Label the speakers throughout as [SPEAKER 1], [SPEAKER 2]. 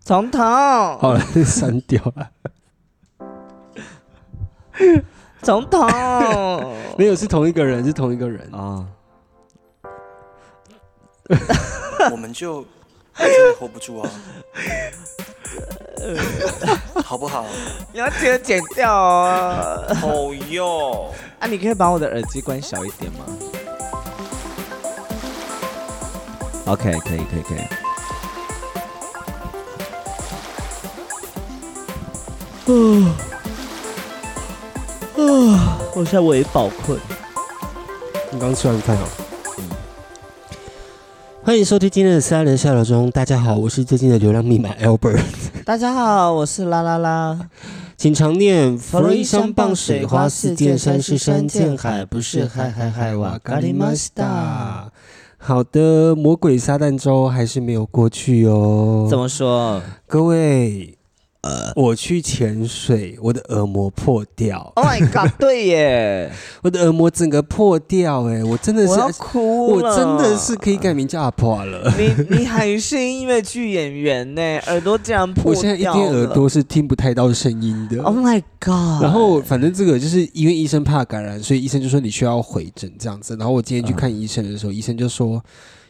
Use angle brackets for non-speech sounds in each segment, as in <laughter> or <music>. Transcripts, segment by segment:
[SPEAKER 1] 总统，
[SPEAKER 2] 好了，哦删掉啊了。
[SPEAKER 1] 总统，
[SPEAKER 2] <laughs> 没有，是同一个人，是同一个人。
[SPEAKER 3] 啊，
[SPEAKER 4] 我们就真的 hold 不住啊， <laughs> 好不好？
[SPEAKER 1] 你要记得剪掉哦。
[SPEAKER 4] 哦哟，
[SPEAKER 1] 啊，你可以把我的耳机关小一点吗？
[SPEAKER 3] OK，可以，可以，可以。
[SPEAKER 1] 啊我现在我也饱困。
[SPEAKER 2] 你刚吃完饭哦。欢迎收听今天的三人下楼中，大家好，我是最近的流浪密码 Albert，
[SPEAKER 1] 大家好，我是啦
[SPEAKER 2] <laughs>
[SPEAKER 1] 啦啦。
[SPEAKER 2] 请常念佛罗伊山傍水花似溅，山是山见海，不是海海海哇咖喱玛西达。好的，魔鬼撒旦周还是没有过去哦。
[SPEAKER 1] 怎么说？
[SPEAKER 2] 各位，呃，我去潜水，我的耳膜破掉，
[SPEAKER 1] Oh my god！对耶，
[SPEAKER 2] 我的耳膜整个破掉、哎，我真的
[SPEAKER 1] 我
[SPEAKER 2] 是，
[SPEAKER 1] 要哭
[SPEAKER 2] 我
[SPEAKER 1] 了。
[SPEAKER 2] 真的 <laughs> 是可以改名叫阿婆了。
[SPEAKER 1] 你，你还是音乐剧演员呢，耳朵竟然 <laughs> 破
[SPEAKER 2] 我
[SPEAKER 1] 掉
[SPEAKER 2] 现在一边耳朵是听不太到声音的
[SPEAKER 1] 了。。Oh my god！
[SPEAKER 2] 然后反正这个就是因为医生怕感染，所以医生就说你需要回诊这样子。然后我今
[SPEAKER 1] 嗯
[SPEAKER 2] 天去看医生的时候，医生就说，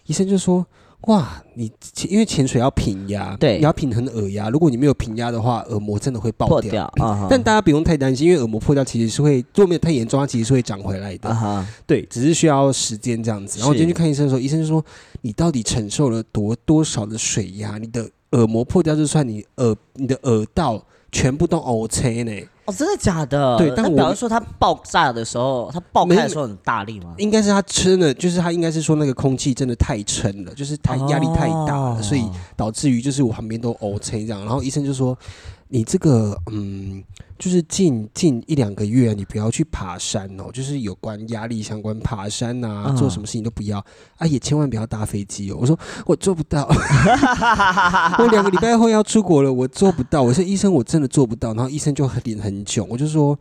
[SPEAKER 2] 医生就说，哇，你因为潜水要平压，
[SPEAKER 1] 对
[SPEAKER 2] 你要平衡耳压，如果你没有平压的话，耳膜真的会爆
[SPEAKER 1] 破
[SPEAKER 2] 掉。
[SPEAKER 1] 掉啊哈，
[SPEAKER 2] 但大家不用太担心，因为耳膜破掉其实是会，如果没有太严重，它其实是会长回来的。
[SPEAKER 1] 啊哈，
[SPEAKER 2] 对，只是需要时间这样子。然后我
[SPEAKER 1] 是
[SPEAKER 2] 今天去看医生的时候，医生就说你到底承受了多多少的水压？你的耳膜破掉就算，你耳你的耳道全部都 O C 呢，
[SPEAKER 1] 哦，真的假的？
[SPEAKER 2] 对但
[SPEAKER 1] 那
[SPEAKER 2] 我
[SPEAKER 1] 表示说它爆炸的时候，它爆开的时候很大力吗？
[SPEAKER 2] 应该是他撑了，就是他应该是说那个空气真的太撑了，就是太压力太大了，
[SPEAKER 1] 哦
[SPEAKER 2] 所以导致于就是我旁边都 O C 这样。然后医生就说你这个嗯。就是近近一两个月，啊你不要去爬山哦。就是有关压力相关爬山呐、
[SPEAKER 1] 嗯
[SPEAKER 2] 做什么事情都不要啊，也千万不要搭飞机哦。我说我做不到， <laughs> 我两个礼拜后要出国了，我做不到。我是医生，我真的做不到。然后医生就很脸很囧，我就说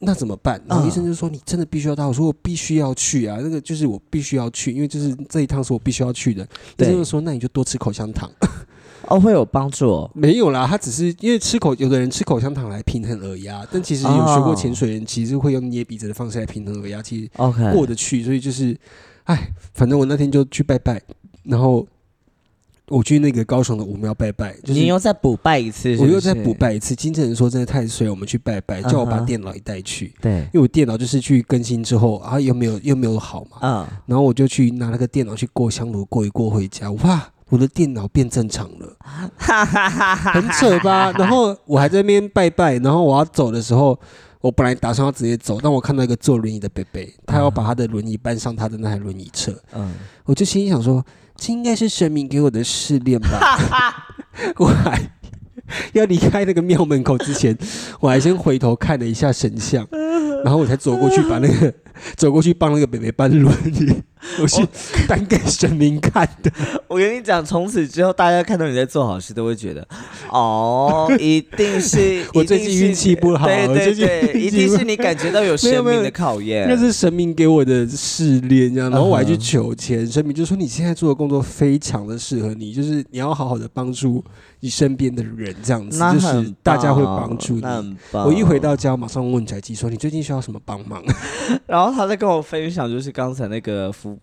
[SPEAKER 2] 那怎么办？然后医生就说你真的必须要到。我说我必须要去啊，那个就是我必须要去，因为就是这一趟是我必须要去的。医
[SPEAKER 1] 对
[SPEAKER 2] 生就说那你就多吃口香糖。 <laughs>
[SPEAKER 1] 哦，会有帮助哦。
[SPEAKER 2] 没有啦，他只是因为吃口，有的人吃口香糖来平衡耳压，但其实有学过潜水的人其实会用捏鼻子的方式来平衡耳压，其实
[SPEAKER 1] OK，
[SPEAKER 2] 过得去，所以就是，哎，反正我那天就去拜拜，然后我去那个高雄的武庙拜拜，就是
[SPEAKER 1] 你又再补拜一次是不
[SPEAKER 2] 我
[SPEAKER 1] 是
[SPEAKER 2] 又再补。拜一次。金正人说真的太衰，我们去拜拜，叫我把
[SPEAKER 1] 嗯哼
[SPEAKER 2] 电脑也带去，
[SPEAKER 1] 对，
[SPEAKER 2] 因为我电脑就是去更新之后啊，又没有又没有好嘛，
[SPEAKER 1] 嗯，
[SPEAKER 2] 然后我就去拿那个电脑去过香炉过一过回家，哇，我的电脑变正常了。
[SPEAKER 1] 哈哈哈哈，
[SPEAKER 2] 很扯吧？然后我还在那边拜拜，然后我要走的时候，我本来打算要直接走，但我看到一个坐轮椅的伯伯，他要把他的轮椅搬上他的那台轮椅车，
[SPEAKER 1] 嗯，
[SPEAKER 2] 我就心里想说，这应该是神明给我的试炼吧。 <laughs> 我还要离开那个庙门口之前，我还先回头看了一下神像，然后我才走过去把那个走过去帮那个北北搬轮椅，我是单给神明看
[SPEAKER 1] <laughs>
[SPEAKER 2] 的。
[SPEAKER 1] 我跟你讲，从此之后，大家看到你在做好事，都会觉得，
[SPEAKER 2] <laughs>
[SPEAKER 1] 哦，一定是
[SPEAKER 2] 我最近
[SPEAKER 1] 一定是
[SPEAKER 2] 运气不好
[SPEAKER 1] 对
[SPEAKER 2] 我最
[SPEAKER 1] 对
[SPEAKER 2] 近
[SPEAKER 1] 对，一
[SPEAKER 2] 运气
[SPEAKER 1] 定
[SPEAKER 2] 不好
[SPEAKER 1] 是你感觉到有生
[SPEAKER 2] 没有 <laughs>
[SPEAKER 1] 命
[SPEAKER 2] 没有
[SPEAKER 1] 的考验
[SPEAKER 2] 那。是神明给我的试炼，这样，然后我还去
[SPEAKER 1] 嗯哼
[SPEAKER 2] 求签，神明就说你现在做的工作非常的适合你，就是你要好好的帮助你身边的人，这样子，
[SPEAKER 1] 那
[SPEAKER 2] 就
[SPEAKER 1] 很
[SPEAKER 2] 是大家会帮
[SPEAKER 1] 棒
[SPEAKER 2] 助
[SPEAKER 1] 那
[SPEAKER 2] 你。
[SPEAKER 1] 很棒。
[SPEAKER 2] 我一回，到家，我马上问宅基说：“你最近需要什么帮忙
[SPEAKER 1] <laughs> 然后他在跟我分享，就是刚才那个福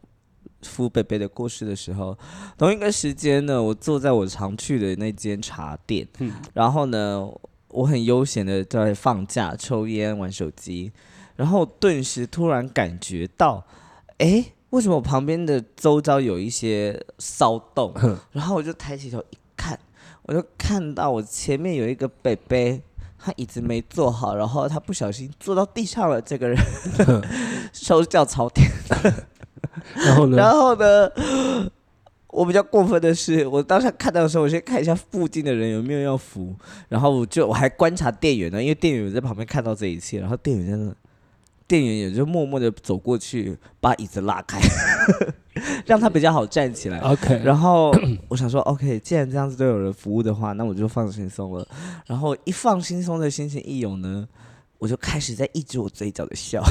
[SPEAKER 1] 福北北的故事的时候，同一个时间呢，我坐在我常去的那间茶店，然后呢，我很悠闲的在放假抽烟玩手机，然后顿时突然感觉到，哎，为什么我旁边的周遭有一些骚动？
[SPEAKER 2] 哼
[SPEAKER 1] <laughs> 然后我就抬起头一看，我就看到我前面有一个北北，他椅子没坐好，然后他不小心坐到地上了，这个人手脚朝天。？”
[SPEAKER 2] 然后呢
[SPEAKER 1] 然，后呢，我比较过分的是，我当时看到的时候，我先看一下附近的人有没有要扶，然后我就我还观察店员呢，因为店员有在旁边看到这一切，然后店员在那，店员也就默默的走过去，把椅子拉开， <laughs> 让他比较好站起来。
[SPEAKER 2] OK，
[SPEAKER 1] 然 <coughs> 后我想说，OK，既然这样子都有人服务的话，那我就放轻松了。然后一放轻松的心情一有呢，我就开始在抑制我嘴角的笑。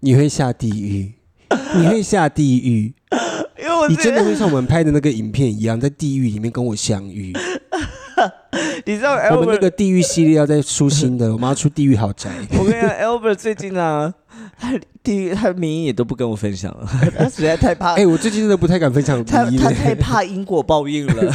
[SPEAKER 2] 你会下地狱，你会下地狱，
[SPEAKER 1] <laughs> 因为为我
[SPEAKER 2] 你
[SPEAKER 1] 觉
[SPEAKER 2] 真
[SPEAKER 1] 得
[SPEAKER 2] 的会像我们拍的那个影片一样，在地狱里面跟我相
[SPEAKER 1] <laughs>
[SPEAKER 2] 遇。
[SPEAKER 1] 你知道 Albert
[SPEAKER 2] 我们那个地狱系列要再出新
[SPEAKER 1] <laughs>
[SPEAKER 2] 的，我们要出地狱豪宅。
[SPEAKER 1] 我跟 <laughs> 你讲，Albert 最近啊，他第一他名医也都不跟我分享了，他实在太怕，
[SPEAKER 2] <laughs> 哎、我最近真的不太敢分享
[SPEAKER 1] 他
[SPEAKER 2] 第一
[SPEAKER 1] 他
[SPEAKER 2] 嘞
[SPEAKER 1] 太怕因果报应 <laughs> 了。
[SPEAKER 2] <laughs>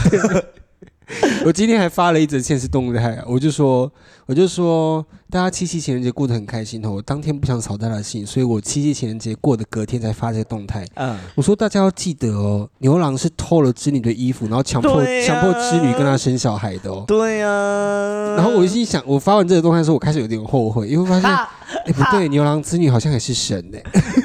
[SPEAKER 2] 我今天还发了一则现实动态，啊我就说，我就说，大家七夕情人节过得很开心哦。我当天不想扫大家的兴，所以我七夕情人节过的隔天才发这个动态。
[SPEAKER 1] 嗯，
[SPEAKER 2] 我说大家要记得哦，牛郎是偷了织女的衣服，然后强迫
[SPEAKER 1] 对呀
[SPEAKER 2] 强、迫织女跟他生小孩的哦。
[SPEAKER 1] 对呀、
[SPEAKER 2] 然后我心想，我发完这个动态之后，我开始有点后悔，因为发现，哎、不对，牛郎织女好像也是神呢、 <laughs>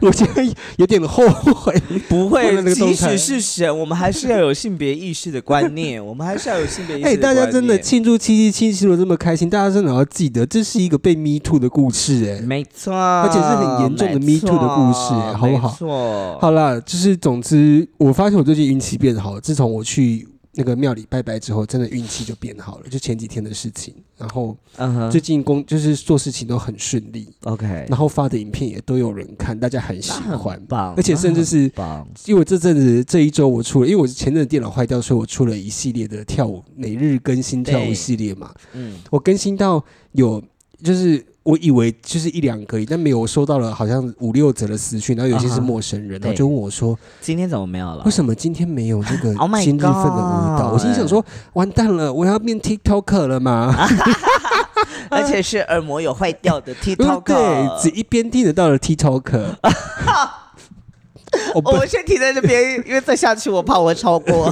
[SPEAKER 2] 我现在有点后悔。
[SPEAKER 1] 不
[SPEAKER 2] 为了
[SPEAKER 1] 会
[SPEAKER 2] 那，个动
[SPEAKER 1] 即
[SPEAKER 2] 态
[SPEAKER 1] 使是神，我们还是要有性别意识的观 <laughs> 念，我们还是要有性别意识
[SPEAKER 2] 哎、
[SPEAKER 1] 的
[SPEAKER 2] 大
[SPEAKER 1] 观念。
[SPEAKER 2] 家真的庆祝七夕七夕了这么开心，大家真的要记得，这是一个被 me too 的故事、哎，
[SPEAKER 1] 没错，
[SPEAKER 2] 而
[SPEAKER 1] 而
[SPEAKER 2] 且是很严重的 Me Too 的故事哎好不好
[SPEAKER 1] 啊没错，
[SPEAKER 2] 好啦，就是总之，我发现我最近运气变好了。自从我去那个庙里拜拜之后，真的运气就变好了。就前几天的事情，然后
[SPEAKER 1] 嗯哼
[SPEAKER 2] 最近工就是做事情都很顺利，
[SPEAKER 1] ，OK，
[SPEAKER 2] 然后发的影片也都有人看，大家很喜
[SPEAKER 1] 那
[SPEAKER 2] 欢
[SPEAKER 1] 很。棒，啊
[SPEAKER 2] 而且甚至是
[SPEAKER 1] 那很棒，
[SPEAKER 2] 因为我这阵子这一周我出了，因为我前阵子电脑坏掉，所以我出了一系列的跳舞每日更新跳舞
[SPEAKER 1] 对
[SPEAKER 2] 系列嘛。
[SPEAKER 1] 嗯，
[SPEAKER 2] 我更新到有就是。我以为就是一两个而已，但没有我收到了好像五六则的私讯，然后有些
[SPEAKER 1] 啊
[SPEAKER 2] 是
[SPEAKER 1] 哈
[SPEAKER 2] 陌生人，然后
[SPEAKER 1] 对
[SPEAKER 2] 就问我说：“
[SPEAKER 1] 今天怎么没有了
[SPEAKER 2] 为？什么今天没有那
[SPEAKER 1] <laughs>
[SPEAKER 2] 个
[SPEAKER 1] Oh my
[SPEAKER 2] 新日份的舞蹈？我心想说，完蛋了，我要变 TikToker 了
[SPEAKER 1] 啊
[SPEAKER 2] 吗？
[SPEAKER 1] 而且是耳膜有坏掉的 TikTok，
[SPEAKER 2] <laughs> 对，只一边听得到的 TikToker。我不
[SPEAKER 1] 哦、我先停在这边，因为再下去我怕我超 <laughs> 过，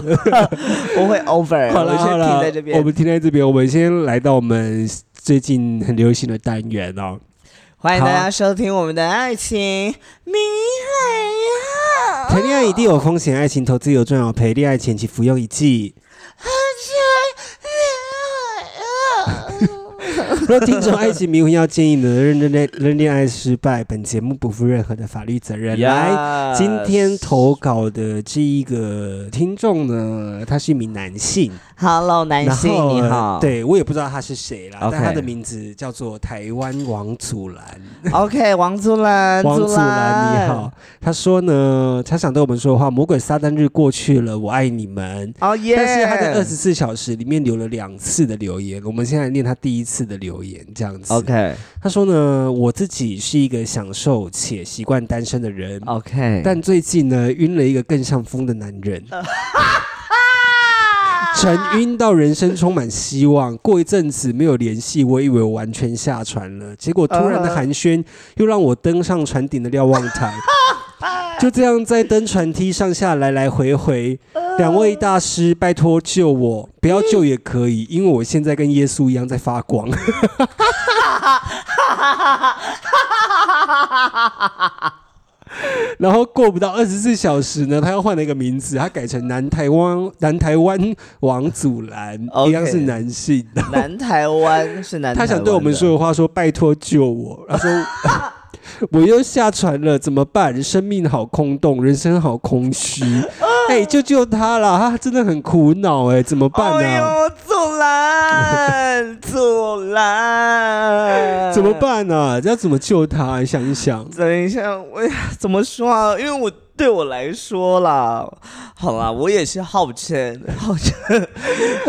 [SPEAKER 1] 我会 over。
[SPEAKER 2] 好了
[SPEAKER 1] 哎我先
[SPEAKER 2] 好
[SPEAKER 1] 停
[SPEAKER 2] 了
[SPEAKER 1] 在这，边。
[SPEAKER 2] 我们停在这边，我们先来到我们最近很流行的单元哦。
[SPEAKER 1] 欢迎大家收听我们的爱情迷海
[SPEAKER 2] 谈恋爱
[SPEAKER 1] <laughs>
[SPEAKER 2] 一定有风险，爱情投资有赚有赔，恋爱前期服用一剂。若听众爱情迷魂要建议你的认真恋认恋爱失败，本节目不负任何的法律责任。来，
[SPEAKER 1] 来
[SPEAKER 2] 今天投稿的这一个听众呢，他是一名男性，
[SPEAKER 1] ，Hello 男
[SPEAKER 2] 然
[SPEAKER 1] 性
[SPEAKER 2] 后
[SPEAKER 1] 你好，
[SPEAKER 2] 对我也不知道他是谁啦
[SPEAKER 1] OK
[SPEAKER 2] 但他的名字叫做台湾王祖蓝，
[SPEAKER 1] ，OK 王祖蓝，
[SPEAKER 2] 王祖蓝
[SPEAKER 1] 蓝
[SPEAKER 2] 你好，。他说呢，他想对我们说的话，魔鬼撒旦日过去了，我爱你们。
[SPEAKER 1] 哦耶！
[SPEAKER 2] 但是他在二十四小时里面留了两次的留言，我们现在念他第一次的留言，这样子。
[SPEAKER 1] OK
[SPEAKER 2] 他说呢，我自己是一个享受且习惯单身的人，
[SPEAKER 1] OK，
[SPEAKER 2] 但最近呢，晕了一个更像风的男人。曾晕到人生充满希望，过一阵子没有联系，我以为我完全下船了，结果突然的寒暄又让我登上船顶的瞭望台，就这样在登船梯上下来来回回。两位大师，拜托救我，不要救也可以，因为我现在跟耶稣一样在发光。然后过不到二十四小时呢，他又换了一个名字，他改成南台湾南台湾王祖蓝
[SPEAKER 1] OK
[SPEAKER 2] 一样是男性。
[SPEAKER 1] 南台湾是南台湾的，
[SPEAKER 2] 他想对我们说的话说：“拜托救我。”他说：“ <laughs> 我又下船了，怎么办？生命好空洞，人生好空
[SPEAKER 1] <laughs>
[SPEAKER 2] 虚。哎、救救他啦！他真的很苦恼哎、怎么办呢、
[SPEAKER 1] 哎呦，祖蓝，祖蓝，
[SPEAKER 2] 怎么？办呢、要怎么救他？想一想，
[SPEAKER 1] 等一下，我怎么说啊？因为我对我来说啦，好啦，我也是好胜，好胜，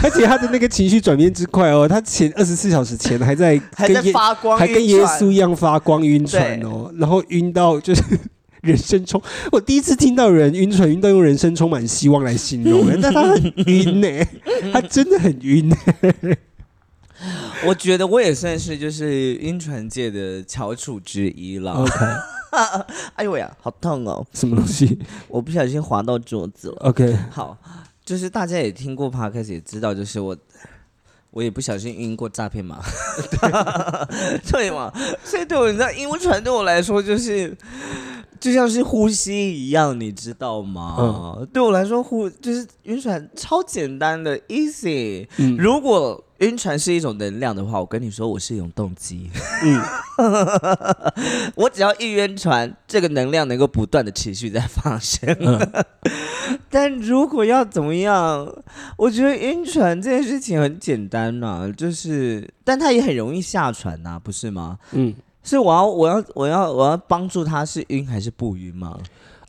[SPEAKER 2] 而且他的那个情绪转变之快哦，他前二十四小时前还在
[SPEAKER 1] 还
[SPEAKER 2] 跟
[SPEAKER 1] 在
[SPEAKER 2] 耶
[SPEAKER 1] 发光，
[SPEAKER 2] 还跟耶
[SPEAKER 1] <laughs>
[SPEAKER 2] 稣。一样发光晕船哦，然后晕到就是人生充，我第一次听到有人晕船晕到用人生充满希望来形容，但他很晕呢、欸他真的很晕、
[SPEAKER 1] <laughs>
[SPEAKER 2] 欸
[SPEAKER 1] 我觉得我也算是就是晕船界的翘楚之一了。
[SPEAKER 2] OK，
[SPEAKER 1] 哎呦呀，好痛哦！
[SPEAKER 2] 什么东西
[SPEAKER 1] 我不小心滑到桌子了。
[SPEAKER 2] ？OK，
[SPEAKER 1] 好，就是大家也听过 p 开始也知道，就是我，我也不小心晕过诈骗 <laughs> 嘛，对嘛？所以对我，你知道，晕船对我来说就是就像是呼吸一样，你知道吗？对我来说，呼就是晕船超简单的，easy。
[SPEAKER 2] 嗯
[SPEAKER 1] 如果晕船是一种能量的话，我跟你说，我是永动机。
[SPEAKER 2] 嗯，
[SPEAKER 1] 我只要一晕船，这个能量能够不断的持续在发生。 <laughs> 但如果要怎么样，我觉得晕船这件事情很简单呐、就是，但他也很容易下船呐、不是吗？
[SPEAKER 2] 嗯，
[SPEAKER 1] 是我要我要我要我要帮助他是晕还是不晕吗？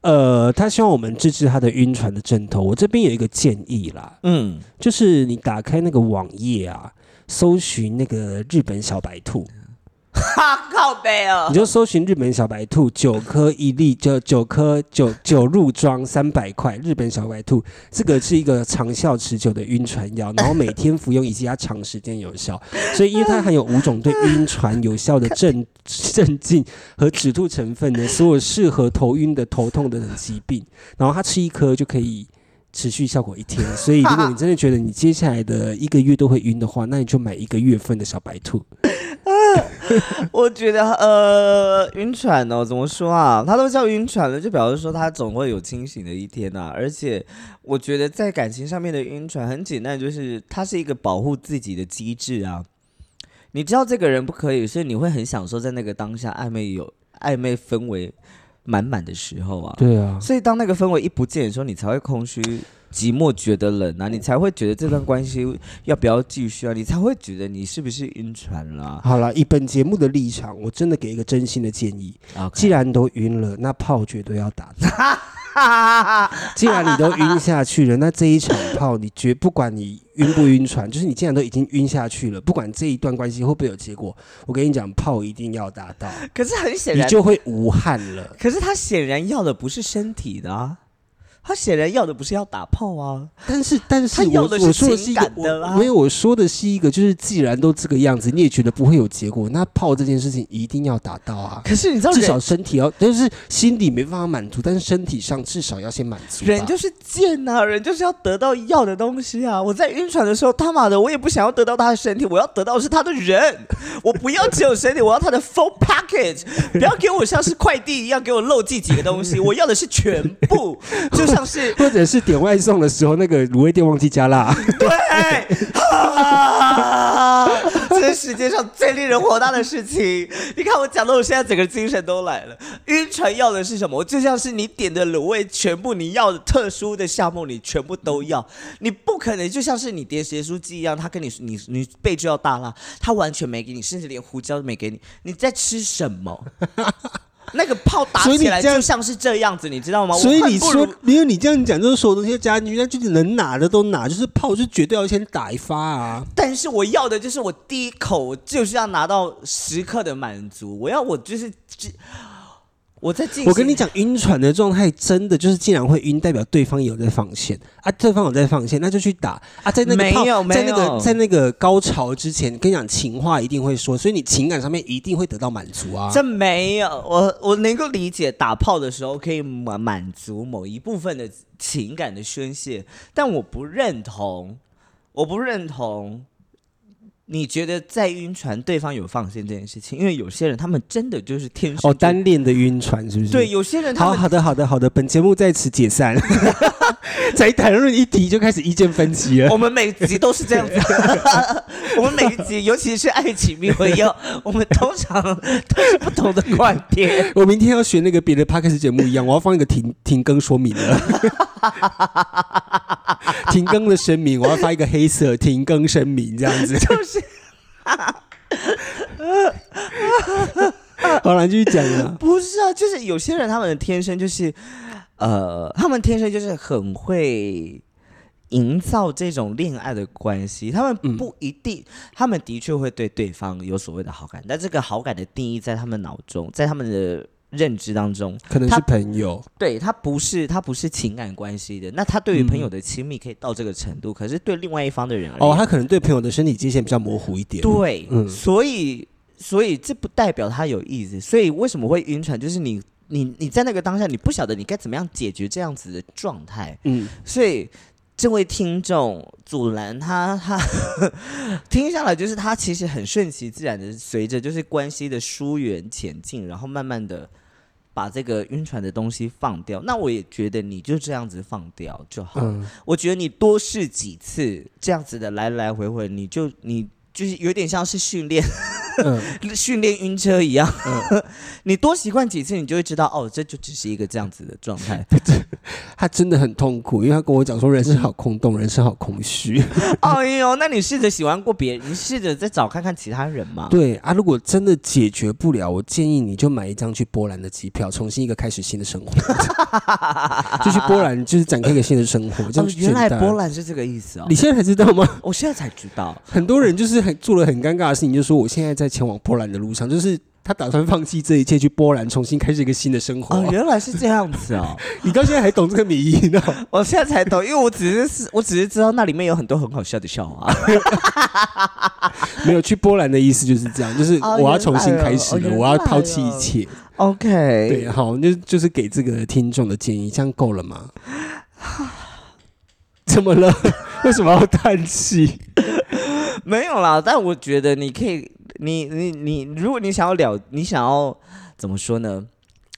[SPEAKER 2] 呃，他希望我们治治他的晕船的症头。我这边有一个建议啦，
[SPEAKER 1] 嗯，
[SPEAKER 2] 就是你打开那个网页啊，搜寻那个日本小白兔，
[SPEAKER 1] 哈靠背哦
[SPEAKER 2] 你，就搜寻日本小白兔，九颗一粒，就九颗九九入装三百块。日本小白兔这个是一个长效持久的晕船药，然后每天服用以及它长时间有效。所以因为它含有五种对晕船有效的 <laughs> 镇镇静和止吐成分呢，所有适合头晕的头痛的疾病。然后它吃一颗就可以。持续效果一天，所以如果你真的觉得你接下来的一个月都会晕的话，那你就买一个月份的小白兔。
[SPEAKER 1] 我觉得呃，晕船哦，怎么说啊？他都叫晕船了，就表示说他总会有清醒的一天呐、而且我觉得在感情上面的晕船很简单，就是它是一个保护自己的机制啊。你知道这个人不可以，所以你会很享受在那个当下暧昧有暧昧氛围满满的时候啊。
[SPEAKER 2] 对啊，
[SPEAKER 1] 所以当那个氛围一不见的时候，你才会空虚、寂寞、觉得冷啊，你才会觉得这段关系要不要继续啊，你才会觉得你是不是晕船了、啊
[SPEAKER 2] 好了，以本节目的立场，我真的给一个真心的建议：
[SPEAKER 1] 啊
[SPEAKER 2] 既然都晕了，那炮绝对要打。
[SPEAKER 1] 哈哈哈！
[SPEAKER 2] <laughs> 既然你都晕下去了，那这一场炮，你绝不管你晕不晕船， <laughs> 就是你既然都已经晕下去了，不管这一段关系会不会有结果，我跟你讲，炮一定要打
[SPEAKER 1] <laughs>
[SPEAKER 2] 到，
[SPEAKER 1] 可是很显
[SPEAKER 2] 你
[SPEAKER 1] 然，
[SPEAKER 2] 就会无憾了。
[SPEAKER 1] 可是他显然要的不是身体的啊，他显然要的不是要打炮啊，
[SPEAKER 2] 但是，但是
[SPEAKER 1] 他要
[SPEAKER 2] 我
[SPEAKER 1] 的
[SPEAKER 2] 我
[SPEAKER 1] 是
[SPEAKER 2] 说的是
[SPEAKER 1] 情
[SPEAKER 2] 一个
[SPEAKER 1] 感，的啦
[SPEAKER 2] 我没有我说的是一个，就是既然都这个样子，你也觉得不会有结果，那炮这件事情一定要打到啊。
[SPEAKER 1] 可是你知道
[SPEAKER 2] 至
[SPEAKER 1] 人，
[SPEAKER 2] 少身体要，就是心里没办法满足，但是身体上至少要先满足吧。
[SPEAKER 1] 人就是贱呐、人就是要得到要的东西啊！我在晕船的时候，他妈的，我也不想要得到他的身体，我要得到的是他的人，我不要只有身体，我要他的 full package，不要给我像是快递一样给我漏寄几个东西，我要的是全部，就像是
[SPEAKER 2] 或者是点外送的时候，那个卤味店忘记加
[SPEAKER 1] <laughs>
[SPEAKER 2] 辣，
[SPEAKER 1] 对，啊，这是世界上最令人火大的事情。你看我讲的，我现在整个精神都来了。晕船要的是什么？我就像是你点的卤味，全部你要的特殊的项目，你全部都要。你不可能就像是你点咸酥鸡一样，他跟你说你你备注要大辣，他完全没给你，甚至连胡椒都没给你。你在吃什么？ <laughs> 那个炮打
[SPEAKER 2] 所以你
[SPEAKER 1] 起来
[SPEAKER 2] 这样
[SPEAKER 1] 就像是这样子，你知道吗？
[SPEAKER 2] 所以
[SPEAKER 1] 我恨
[SPEAKER 2] 你
[SPEAKER 1] 不
[SPEAKER 2] 说
[SPEAKER 1] 如，
[SPEAKER 2] 没有你这样讲，就是所有东西要加进去，那就是能拿的都拿，就是炮就绝对要先打一发啊！
[SPEAKER 1] 但是我要的就是我第一口，我就是要拿到时刻的满足。我要我就是只我在进行，
[SPEAKER 2] 我跟你，讲，晕船的状态真的就是，竟然会晕，代表对方有在放线啊，对方有在放线，那就去打啊，在那个
[SPEAKER 1] 没
[SPEAKER 2] 炮
[SPEAKER 1] 有
[SPEAKER 2] 在
[SPEAKER 1] 没
[SPEAKER 2] 那个
[SPEAKER 1] 有
[SPEAKER 2] 在那个高潮之前，跟你讲情话一定会说，所以你情感上面一定会得到满足啊。
[SPEAKER 1] 这没有我我能够理解打炮的时候可以满满足某一部分的情感的宣泄，但我不认同，我不认同。你觉得在晕船对方有放线这件事情，因为有些人他们真的就是天生
[SPEAKER 2] 哦，
[SPEAKER 1] 就
[SPEAKER 2] 单恋的晕船是不是？
[SPEAKER 1] 对，有些人他
[SPEAKER 2] 好
[SPEAKER 1] 们
[SPEAKER 2] 好的好的好的，本节目在此解
[SPEAKER 1] <laughs>
[SPEAKER 2] 散。才谈论一题就开始意见分歧了。
[SPEAKER 1] <laughs> 我们每集都是这样子， <laughs> 我们每一集，尤其是爱情迷魂 <laughs> 药，我们通常都是不同的观点。
[SPEAKER 2] 我明天要学那个别的 podcast 节目一样，我要放一个停停更说明
[SPEAKER 1] <laughs>
[SPEAKER 2] 了。停更的声明，我要发一个黑色停更声明，这样子。
[SPEAKER 1] 就是
[SPEAKER 2] <laughs> 好了，你继续讲啊。
[SPEAKER 1] <laughs> 不是啊？就是有些人他们天生就是，呃，他们天生就是很会营造这种恋爱的关系。他们不一定，他们的确会对对方有所谓的好感，但这个好感的定义在他们脑中，在他们的认知当中，
[SPEAKER 2] 可能
[SPEAKER 1] 他
[SPEAKER 2] 是朋友，
[SPEAKER 1] 对他不是他不是情感关系的，那他对于朋友的亲密可以到这个程度，可是对另外一方的人而言，
[SPEAKER 2] 嗯哦，他可能对朋友的身体界限比较模糊一点。
[SPEAKER 1] 哎对，
[SPEAKER 2] 嗯
[SPEAKER 1] 所以所以这不代表他有意思，所以为什么会晕船，就是你你你在那个当下，你不晓得你该怎么样解决这样子的状态，
[SPEAKER 2] 嗯，
[SPEAKER 1] 所以。这位听众祖蓝他，他 <laughs> 听下来就是他其实很顺其自然的，随着就是关系的疏远前进，然后慢慢的把这个晕船的东西放掉。那我也觉得你就这样子放掉就好。
[SPEAKER 2] 嗯
[SPEAKER 1] 我觉得你多试几次这样子的来来回回，你就你就是有点像是训练
[SPEAKER 2] 嗯，
[SPEAKER 1] <laughs> 训练晕车一样，
[SPEAKER 2] 嗯
[SPEAKER 1] <laughs> 你多习惯几次，你就会知道哦，这就只是一个这样子的状态。
[SPEAKER 2] 他真的很痛苦，因为他跟我讲说人生好空洞，人生好空虚。
[SPEAKER 1] <laughs> 哎呦，那你试着喜欢过别人，你试着再找看看其他人嘛。哦
[SPEAKER 2] 对啊，如果真的解决不了，我建议你就买一张去波兰的机票，重新一个开始新的生
[SPEAKER 1] <laughs>
[SPEAKER 2] 活，就去波兰，就是展开一个新的生
[SPEAKER 1] <laughs>
[SPEAKER 2] 活。这样
[SPEAKER 1] 哦，
[SPEAKER 2] 就
[SPEAKER 1] 原来
[SPEAKER 2] 简单
[SPEAKER 1] 波，兰是这个意思哦
[SPEAKER 2] 你。现在才知道吗？
[SPEAKER 1] 我现在才知
[SPEAKER 2] <laughs>
[SPEAKER 1] 道，
[SPEAKER 2] 很多人就是很做了很尴尬的事情，就说我现在在前往波兰的路上，就是他打算放弃这一切，去波兰重新开始一个新的生活。
[SPEAKER 1] 哦，原来是这样
[SPEAKER 2] <laughs>
[SPEAKER 1] 子哦。
[SPEAKER 2] 你到现在还懂这个迷因
[SPEAKER 1] <laughs>
[SPEAKER 2] 呢？
[SPEAKER 1] 我现在才懂，因为我只是我只是知道那里面有很多很好笑的
[SPEAKER 2] <laughs>
[SPEAKER 1] 笑话。
[SPEAKER 2] 没有去波兰的意思就是这样，就是
[SPEAKER 1] 哦
[SPEAKER 2] 我要重新开始
[SPEAKER 1] 原
[SPEAKER 2] 了，
[SPEAKER 1] 来哦
[SPEAKER 2] 我要抛弃一切。
[SPEAKER 1] OK，
[SPEAKER 2] 对，好，就就是给这个听众的建议，这样够了吗？ <laughs> 怎么了？ <laughs> 为什么要叹气？
[SPEAKER 1] 没有啦，但我觉得你可以，你你你，如果你想要了，你想要怎么说呢？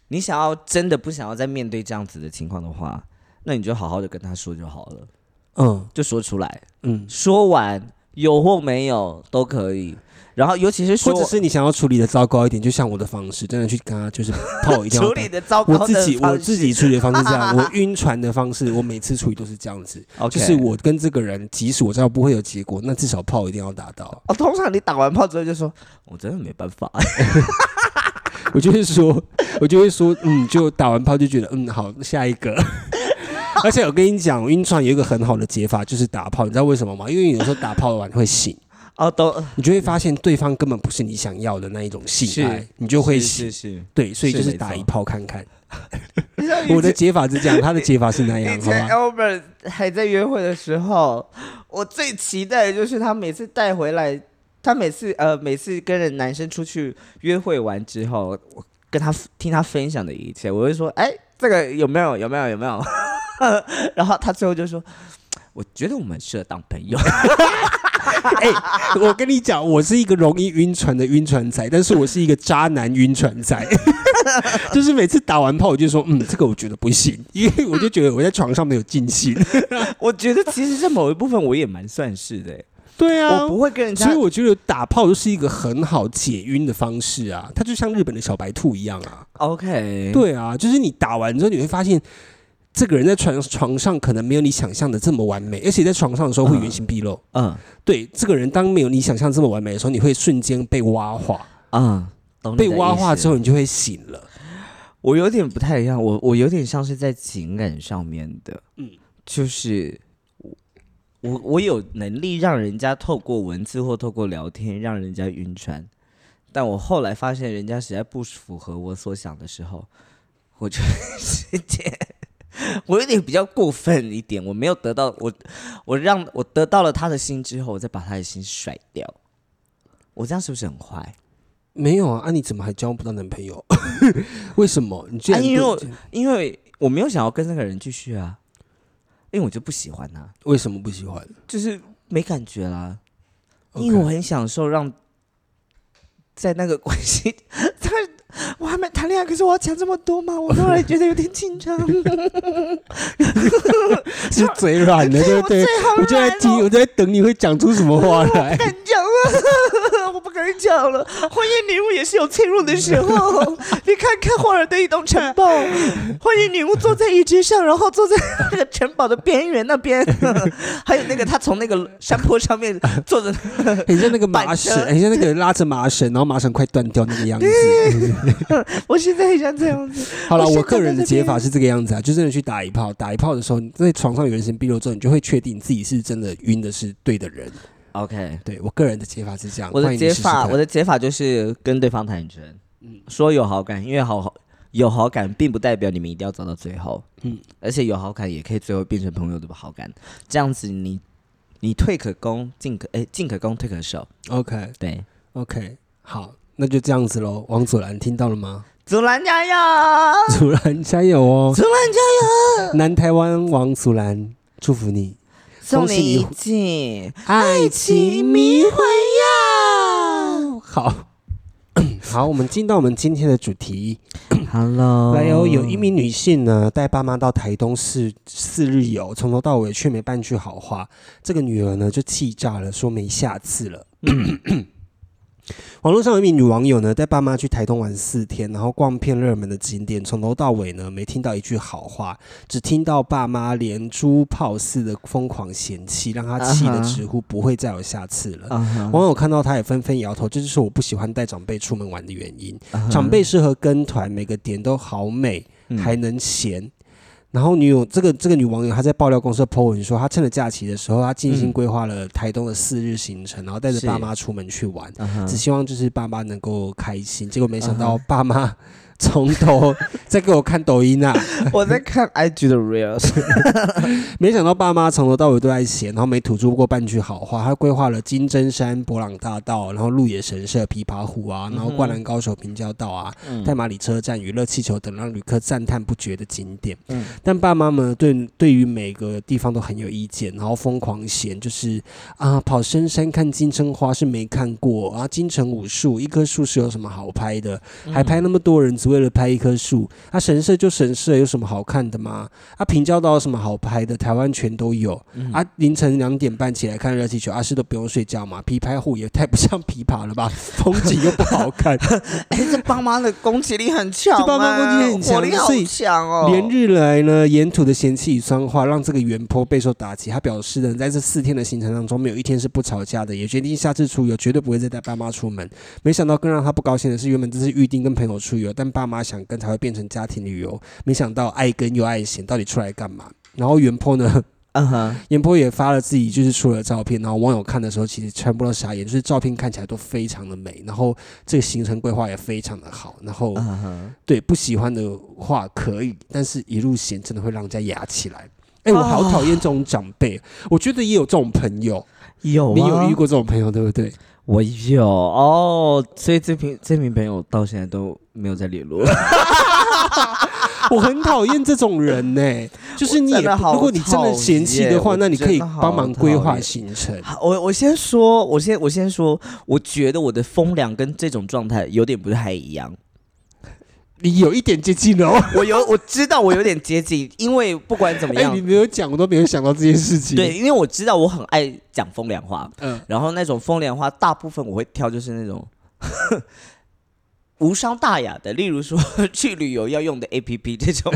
[SPEAKER 1] 你想要真的不想要再面对这样子的情况的话，那你就好好的跟他说就好了，
[SPEAKER 2] 嗯
[SPEAKER 1] 就说出来，
[SPEAKER 2] 嗯，
[SPEAKER 1] 说完有或没有都可以。然后尤其是
[SPEAKER 2] 或
[SPEAKER 1] 说
[SPEAKER 2] 者是你想要处理的糟糕一点，就像我的方式，真的去跟他就是泡一定要
[SPEAKER 1] <laughs> 处理的糟糕
[SPEAKER 2] 我
[SPEAKER 1] 的
[SPEAKER 2] 自己我
[SPEAKER 1] 方式
[SPEAKER 2] 自己处理的方式是这
[SPEAKER 1] <laughs>
[SPEAKER 2] 样，我晕船的方式，我每次处理都是这样子，
[SPEAKER 1] ，OK，
[SPEAKER 2] 就是我跟这个人，即使我知道不会有结果，那至少泡一定要达到。
[SPEAKER 1] 哦，通常你打完炮之后就说，我真的没办法，
[SPEAKER 2] <laughs> 我就会说，我就会说，嗯，就打完炮就觉得，嗯，好，下一个。 <laughs> 而且我跟你讲，晕船有一个很好的解法，就是打炮。你知道为什么吗？因为有时候打炮完会醒，
[SPEAKER 1] 哦，都 <laughs>
[SPEAKER 2] 你就会发现对方根本不是你想要的那一种性爱
[SPEAKER 1] 是，
[SPEAKER 2] 你就会醒。
[SPEAKER 1] 是是是，
[SPEAKER 2] 对，所以
[SPEAKER 1] 是
[SPEAKER 2] 就是
[SPEAKER 1] 没
[SPEAKER 2] 打一
[SPEAKER 1] 错
[SPEAKER 2] 炮看看。
[SPEAKER 1] 你知道
[SPEAKER 2] <laughs>
[SPEAKER 1] 以
[SPEAKER 2] 我的
[SPEAKER 1] 前
[SPEAKER 2] 解法是这样，他的解法是那样，
[SPEAKER 1] 以
[SPEAKER 2] 好
[SPEAKER 1] 前
[SPEAKER 2] 吧？
[SPEAKER 1] Albert 还在约会的时候，我最期待的就是他每次带回来，他每次呃每次跟人男生出去约会完之后，我跟他听他分享的一切，我会说，哎，这个有没有有没有有没 <laughs> 有？然后他最后就说，我觉得我们很适合当朋友。 <laughs>
[SPEAKER 2] 哎、 <laughs> 我跟你讲，我是一个容易晕船的晕船仔，但是我是一个渣男晕船仔， <laughs> 就是每次打完炮我就说，嗯，这个我觉得不行，因为我就觉得我在床上没有尽 <laughs> 兴。
[SPEAKER 1] 我觉得其实，在某一部分我也蛮算是的、欸
[SPEAKER 2] 对啊
[SPEAKER 1] 我，不会跟人家
[SPEAKER 2] 所以我觉得打炮就是一个很好解晕的方式啊，它就像日本的小白兔一样啊。
[SPEAKER 1] OK。
[SPEAKER 2] 对啊，就是你打完之后，你会发现这个人在床床上可能没有你想象的这么完美，而且在床上的时候会原形毕露。
[SPEAKER 1] 嗯
[SPEAKER 2] 对，这个人当没有你想象这么完美的时候，你会瞬间被挖化，
[SPEAKER 1] 嗯，懂你
[SPEAKER 2] 被
[SPEAKER 1] 的
[SPEAKER 2] 挖
[SPEAKER 1] 意
[SPEAKER 2] 化
[SPEAKER 1] 思
[SPEAKER 2] 之后你就会醒了。
[SPEAKER 1] 我有点不太一样，我我有点像是在情感上面的，嗯
[SPEAKER 2] 嗯，
[SPEAKER 1] 就是我我我有能力让人家透过文字或透过聊天让人家晕船，但我后来发现人家实在不符合我所想的时候，我就直接。 <laughs> 我有点比较过分一点，我没有得到我，我让我得到了他的心之后，我再把他的心甩掉，我这样是不是很坏？
[SPEAKER 2] 没有啊，啊你怎么还交不到男朋友？ <laughs> 为什么？你居然
[SPEAKER 1] 啊因为我
[SPEAKER 2] 对
[SPEAKER 1] 因为我没有想要跟那个人继续啊，因为我就不喜欢他，
[SPEAKER 2] 为什么不喜欢？
[SPEAKER 1] 就是没感觉啦。
[SPEAKER 2] OK
[SPEAKER 1] 因为我很享受让在那个关系， <laughs> 他我 <laughs> 还没谈恋爱，可是我要讲这么多吗？我突然觉得有点紧张。
[SPEAKER 2] 是嘴软的，对
[SPEAKER 1] 我
[SPEAKER 2] 不对
[SPEAKER 1] 最？好
[SPEAKER 2] 我就在
[SPEAKER 1] 软
[SPEAKER 2] 听，
[SPEAKER 1] 了
[SPEAKER 2] 我就在等你会讲出什么话来
[SPEAKER 1] <laughs> 不。敢讲了，啊 <laughs> 我不敢讲了。婚姻女巫也是有脆弱的时 <laughs> 候，你看看霍尔的一栋城堡，婚姻女巫坐在椅子上，然后坐在那个城堡的边缘那 <laughs> 边，还有那个她从那个山坡上面 <laughs> 坐着，
[SPEAKER 2] 很像那个
[SPEAKER 1] 板
[SPEAKER 2] 麻绳，
[SPEAKER 1] 车
[SPEAKER 2] 很像那个拉着麻绳，然后麻绳快断掉那个样子。
[SPEAKER 1] <laughs> 我现在很想这样子。
[SPEAKER 2] 好了，
[SPEAKER 1] 我现在
[SPEAKER 2] 我个人的
[SPEAKER 1] 在这
[SPEAKER 2] 解
[SPEAKER 1] 边
[SPEAKER 2] 法是这个样子啊，就真的去打一炮。打一炮的时候，你在床上有人神毕露之后，你就会确定自己是真的晕的是对的人。
[SPEAKER 1] OK，
[SPEAKER 2] 对我个人的解法是这样，
[SPEAKER 1] 我
[SPEAKER 2] 欢
[SPEAKER 1] 的
[SPEAKER 2] 迎你
[SPEAKER 1] 解
[SPEAKER 2] 试试
[SPEAKER 1] 法，
[SPEAKER 2] 看嗯
[SPEAKER 1] 我的解法就是跟对方坦诚，说有好感，因为好好有好感，并不代表你们一定要走到最后，嗯
[SPEAKER 2] 嗯，
[SPEAKER 1] 而且有好感也可以最后变成朋友的好感，这样子你你退可攻，进可哎进可攻，退可守，
[SPEAKER 2] OK
[SPEAKER 1] 对。
[SPEAKER 2] OK 好，那就这样子喽。王祖蓝听到了吗？ <laughs>
[SPEAKER 1] 祖蓝加油！
[SPEAKER 2] 祖蓝加油哦！
[SPEAKER 1] <laughs> 祖蓝加油！
[SPEAKER 2] 南台湾王祖蓝祝福你，
[SPEAKER 1] 送
[SPEAKER 2] 恭喜
[SPEAKER 1] 你
[SPEAKER 2] 你
[SPEAKER 1] 一记
[SPEAKER 2] 爱
[SPEAKER 1] 奇迷魂药。
[SPEAKER 2] 好。 <coughs> 好，我们进到我们今天的主题。
[SPEAKER 1] <coughs> Hello，
[SPEAKER 2] 来哦，有一名女性呢，带爸妈到台东四四日游，从头到尾却没半句好话。这个女儿呢，就气炸了，说没下次了。 <coughs> 网络上有一名女网友呢，带爸妈去台东玩四天，然后逛遍热门的景点，从头到尾呢没听到一句好话，只听到爸妈连珠炮似的疯狂嫌弃，让她气得
[SPEAKER 1] 啊哈
[SPEAKER 2] 直呼不会再有下次了。
[SPEAKER 1] 啊哈
[SPEAKER 2] 网友看到他也纷纷摇头，这就是我不喜欢带长辈出门玩的原因。
[SPEAKER 1] 啊哈
[SPEAKER 2] 长辈适合跟团，每个点都好美，
[SPEAKER 1] 嗯
[SPEAKER 2] 还能闲。然后女友这个这个女网友她在爆料公社 po 文说，她趁着假期的时候，她精心规划了台东的四日行程，然后带着
[SPEAKER 1] 嗯是
[SPEAKER 2] 爸妈出门去玩，
[SPEAKER 1] 啊哈 <laughs>
[SPEAKER 2] 只希望就是爸妈能够开心。结果没想
[SPEAKER 1] 啊
[SPEAKER 2] 到爸妈从头 <laughs> 在给我看抖音啊，
[SPEAKER 1] 我在看 IG 的 reels，
[SPEAKER 2] 没想到爸妈从头到尾都在闲，然后没吐出过半句好话。他规划了金针山、博朗大道，然后鹿野神社、琵琶湖啊，然后灌篮高手平交道啊，太马里车站、娱乐气球等让旅客赞叹不绝的景点。
[SPEAKER 1] 嗯
[SPEAKER 2] 但爸妈们对对于每个地方都很有意见，然后疯狂嫌就是啊，跑深山看金针花是没看过啊，金城武术一棵树是有什么好拍的？还拍那么多人只为了拍一棵树？啊，神社就神社，有什么好看的吗？啊，平交道有什么好拍的？台湾全都有。啊，凌晨两点半起来看热气球，啊是都不用睡觉嘛？琵琶湖也太不像琵琶了吧，风景又不好看。
[SPEAKER 1] 哎，这爸妈的攻击力很强
[SPEAKER 2] 这爸妈
[SPEAKER 1] 哎
[SPEAKER 2] 攻击力很强
[SPEAKER 1] 火力好
[SPEAKER 2] 所以
[SPEAKER 1] 强哦。
[SPEAKER 2] 连日来呢，沿途的嫌弃与酸话让这个原坡备受打击。他表示呢，在这四天的行程当中，没有一天是不吵架的，也决定下次出游绝对不会再带爸妈出门。没想到更让他不高兴的是，原本这是预定跟朋友出游，但爸妈想跟才会变成家庭旅游。没想到爱跟又爱嫌，到底出来干嘛？然后原坡呢，
[SPEAKER 1] 嗯哼，
[SPEAKER 2] 原坡也发了自己就是出了照片，然后网友看的时候其实全部都傻眼，就是照片看起来都非常的美，然后这个行程规划也非常的好，然后
[SPEAKER 1] 嗯哼，
[SPEAKER 2] 对不喜欢的话可以，但是一路嫌真的会让人家压起来。哎、我
[SPEAKER 1] 啊
[SPEAKER 2] 好讨厌这种长辈，我觉得也有这种朋友，
[SPEAKER 1] 有啊
[SPEAKER 2] 你有遇过这种朋友对不
[SPEAKER 1] <laughs>
[SPEAKER 2] 对？
[SPEAKER 1] 我有哦，所以这名这名朋友到现在都没有再联络。
[SPEAKER 2] 我很讨厌这种人呢、
[SPEAKER 1] <laughs>
[SPEAKER 2] 就是你也
[SPEAKER 1] 真的
[SPEAKER 2] 不，
[SPEAKER 1] 好
[SPEAKER 2] 如果你真的嫌弃的话，
[SPEAKER 1] 讨厌
[SPEAKER 2] 那你可以
[SPEAKER 1] 我真的好
[SPEAKER 2] 帮忙规
[SPEAKER 1] 讨
[SPEAKER 2] 划
[SPEAKER 1] 厌
[SPEAKER 2] 行程。
[SPEAKER 1] <laughs> 好我我先说，我先我先说，我觉得我的风凉跟这种状态有点不太一样。
[SPEAKER 2] 你有一点接近哦，
[SPEAKER 1] 我有我知道我有点接近，因为不管怎么
[SPEAKER 2] 哎、
[SPEAKER 1] 样
[SPEAKER 2] 你，没有讲，我都没有想到这件事情。
[SPEAKER 1] 对，，因为我知道我很爱讲风凉话，
[SPEAKER 2] 嗯、
[SPEAKER 1] 然后那种风凉话大部分我会挑就是那种 <laughs> 无伤大雅的，例如说 <laughs> 去旅游要用的 A P P 这种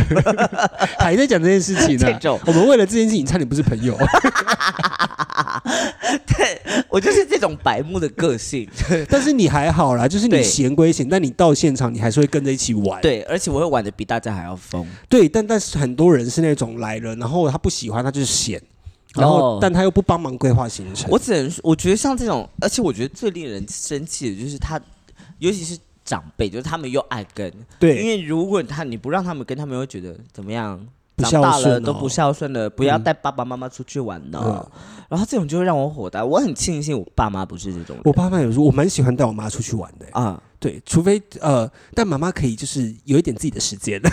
[SPEAKER 2] <laughs> 还在讲这件事情
[SPEAKER 1] <laughs>
[SPEAKER 2] 呢、
[SPEAKER 1] 这种，
[SPEAKER 2] 我们为了这件事情差点不是朋
[SPEAKER 1] <laughs>
[SPEAKER 2] 友， <laughs>
[SPEAKER 1] 我就是这种白目的个性。 <laughs>
[SPEAKER 2] 但是你还好啦，就是你
[SPEAKER 1] 对
[SPEAKER 2] 闲归闲，但你到现场你还是会跟着一起玩。
[SPEAKER 1] 对，而且我会玩的比大家还要疯。
[SPEAKER 2] 对，但但是很多人是那种来了，然后他不喜欢，他就是嫌，然后、
[SPEAKER 1] 哦
[SPEAKER 2] 但他又不帮忙规划行程。
[SPEAKER 1] 我只能说，我觉得像这种，而且我觉得最令人生气的就是他，尤其是长辈，就是他们又爱跟，因
[SPEAKER 2] 对，
[SPEAKER 1] 为如果他你不让他们跟，他们会觉得怎么样？
[SPEAKER 2] 不
[SPEAKER 1] 长大
[SPEAKER 2] 孝顺
[SPEAKER 1] 了
[SPEAKER 2] 哦嗯
[SPEAKER 1] 都不孝顺了，不要带爸爸妈妈出去玩了。然后这种就会让我火大。我很庆幸我爸妈不是这种人。
[SPEAKER 2] 我爸妈有时候我蛮喜欢带我妈出去玩的、
[SPEAKER 1] 啊，
[SPEAKER 2] 对，除非呃，但妈妈可以就是有一点自己的时
[SPEAKER 1] <laughs>
[SPEAKER 2] 间。 <laughs>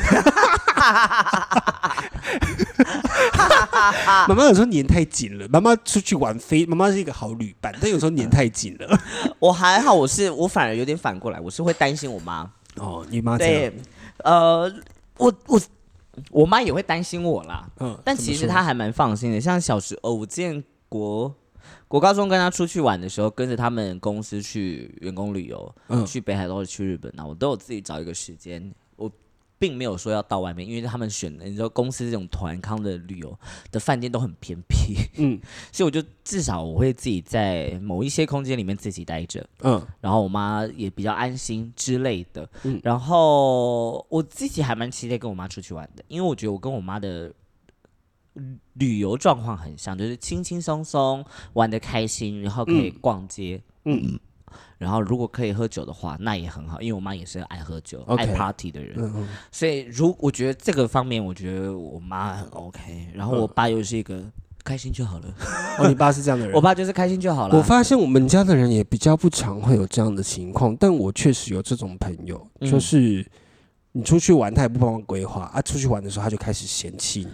[SPEAKER 2] 妈妈有时候粘太紧了，妈妈出去玩飞，妈妈是一个好旅伴，但有时候粘太紧
[SPEAKER 1] <laughs>
[SPEAKER 2] 了。
[SPEAKER 1] 我还好，我是我反而有点反过来，我是会担心我妈。
[SPEAKER 2] 哦，你妈这样
[SPEAKER 1] 对，呃，我我我妈也会担心我啦。
[SPEAKER 2] 嗯，
[SPEAKER 1] 但
[SPEAKER 2] 怎么
[SPEAKER 1] 其实
[SPEAKER 2] 说
[SPEAKER 1] 他还蛮放心的。像小时候，我之前国国高中跟他出去玩的时候，跟着他们公司去员工旅游，
[SPEAKER 2] 嗯
[SPEAKER 1] 去北海道或者去日本啊，我都有自己找一个时间，我并没有说要到外面，因为他们选的你知道公司这种团康的旅游的饭店都很偏僻，
[SPEAKER 2] 嗯
[SPEAKER 1] <laughs> 所以我就至少我会自己在某一些空间里面自己待着。
[SPEAKER 2] 嗯
[SPEAKER 1] 然后我妈也比较安心之类的。
[SPEAKER 2] 嗯
[SPEAKER 1] 然后我自己还蛮期待跟我妈出去玩的，因为我觉得我跟我妈的嗯旅游状况很像，就是轻轻松松玩的开心，然后可以逛街。
[SPEAKER 2] 嗯
[SPEAKER 1] 然后，如果可以喝酒的话，那也很好，因为我妈也是爱喝酒、
[SPEAKER 2] OK
[SPEAKER 1] 爱 party 的人，
[SPEAKER 2] 嗯嗯，
[SPEAKER 1] 所以如我觉得这个方面，我觉得我妈很 OK。然
[SPEAKER 2] 嗯
[SPEAKER 1] 后我爸又是一个开心就好了，
[SPEAKER 2] 哦，你爸是这样的人。 <laughs>
[SPEAKER 1] 我爸就是开心就好了。
[SPEAKER 2] 我发现我们家的人也比较不常会有这样的情况，但我确实有这种朋友，
[SPEAKER 1] 嗯
[SPEAKER 2] 就是你出去玩，他也不帮忙规划啊，出去玩的时候他就开始嫌弃你。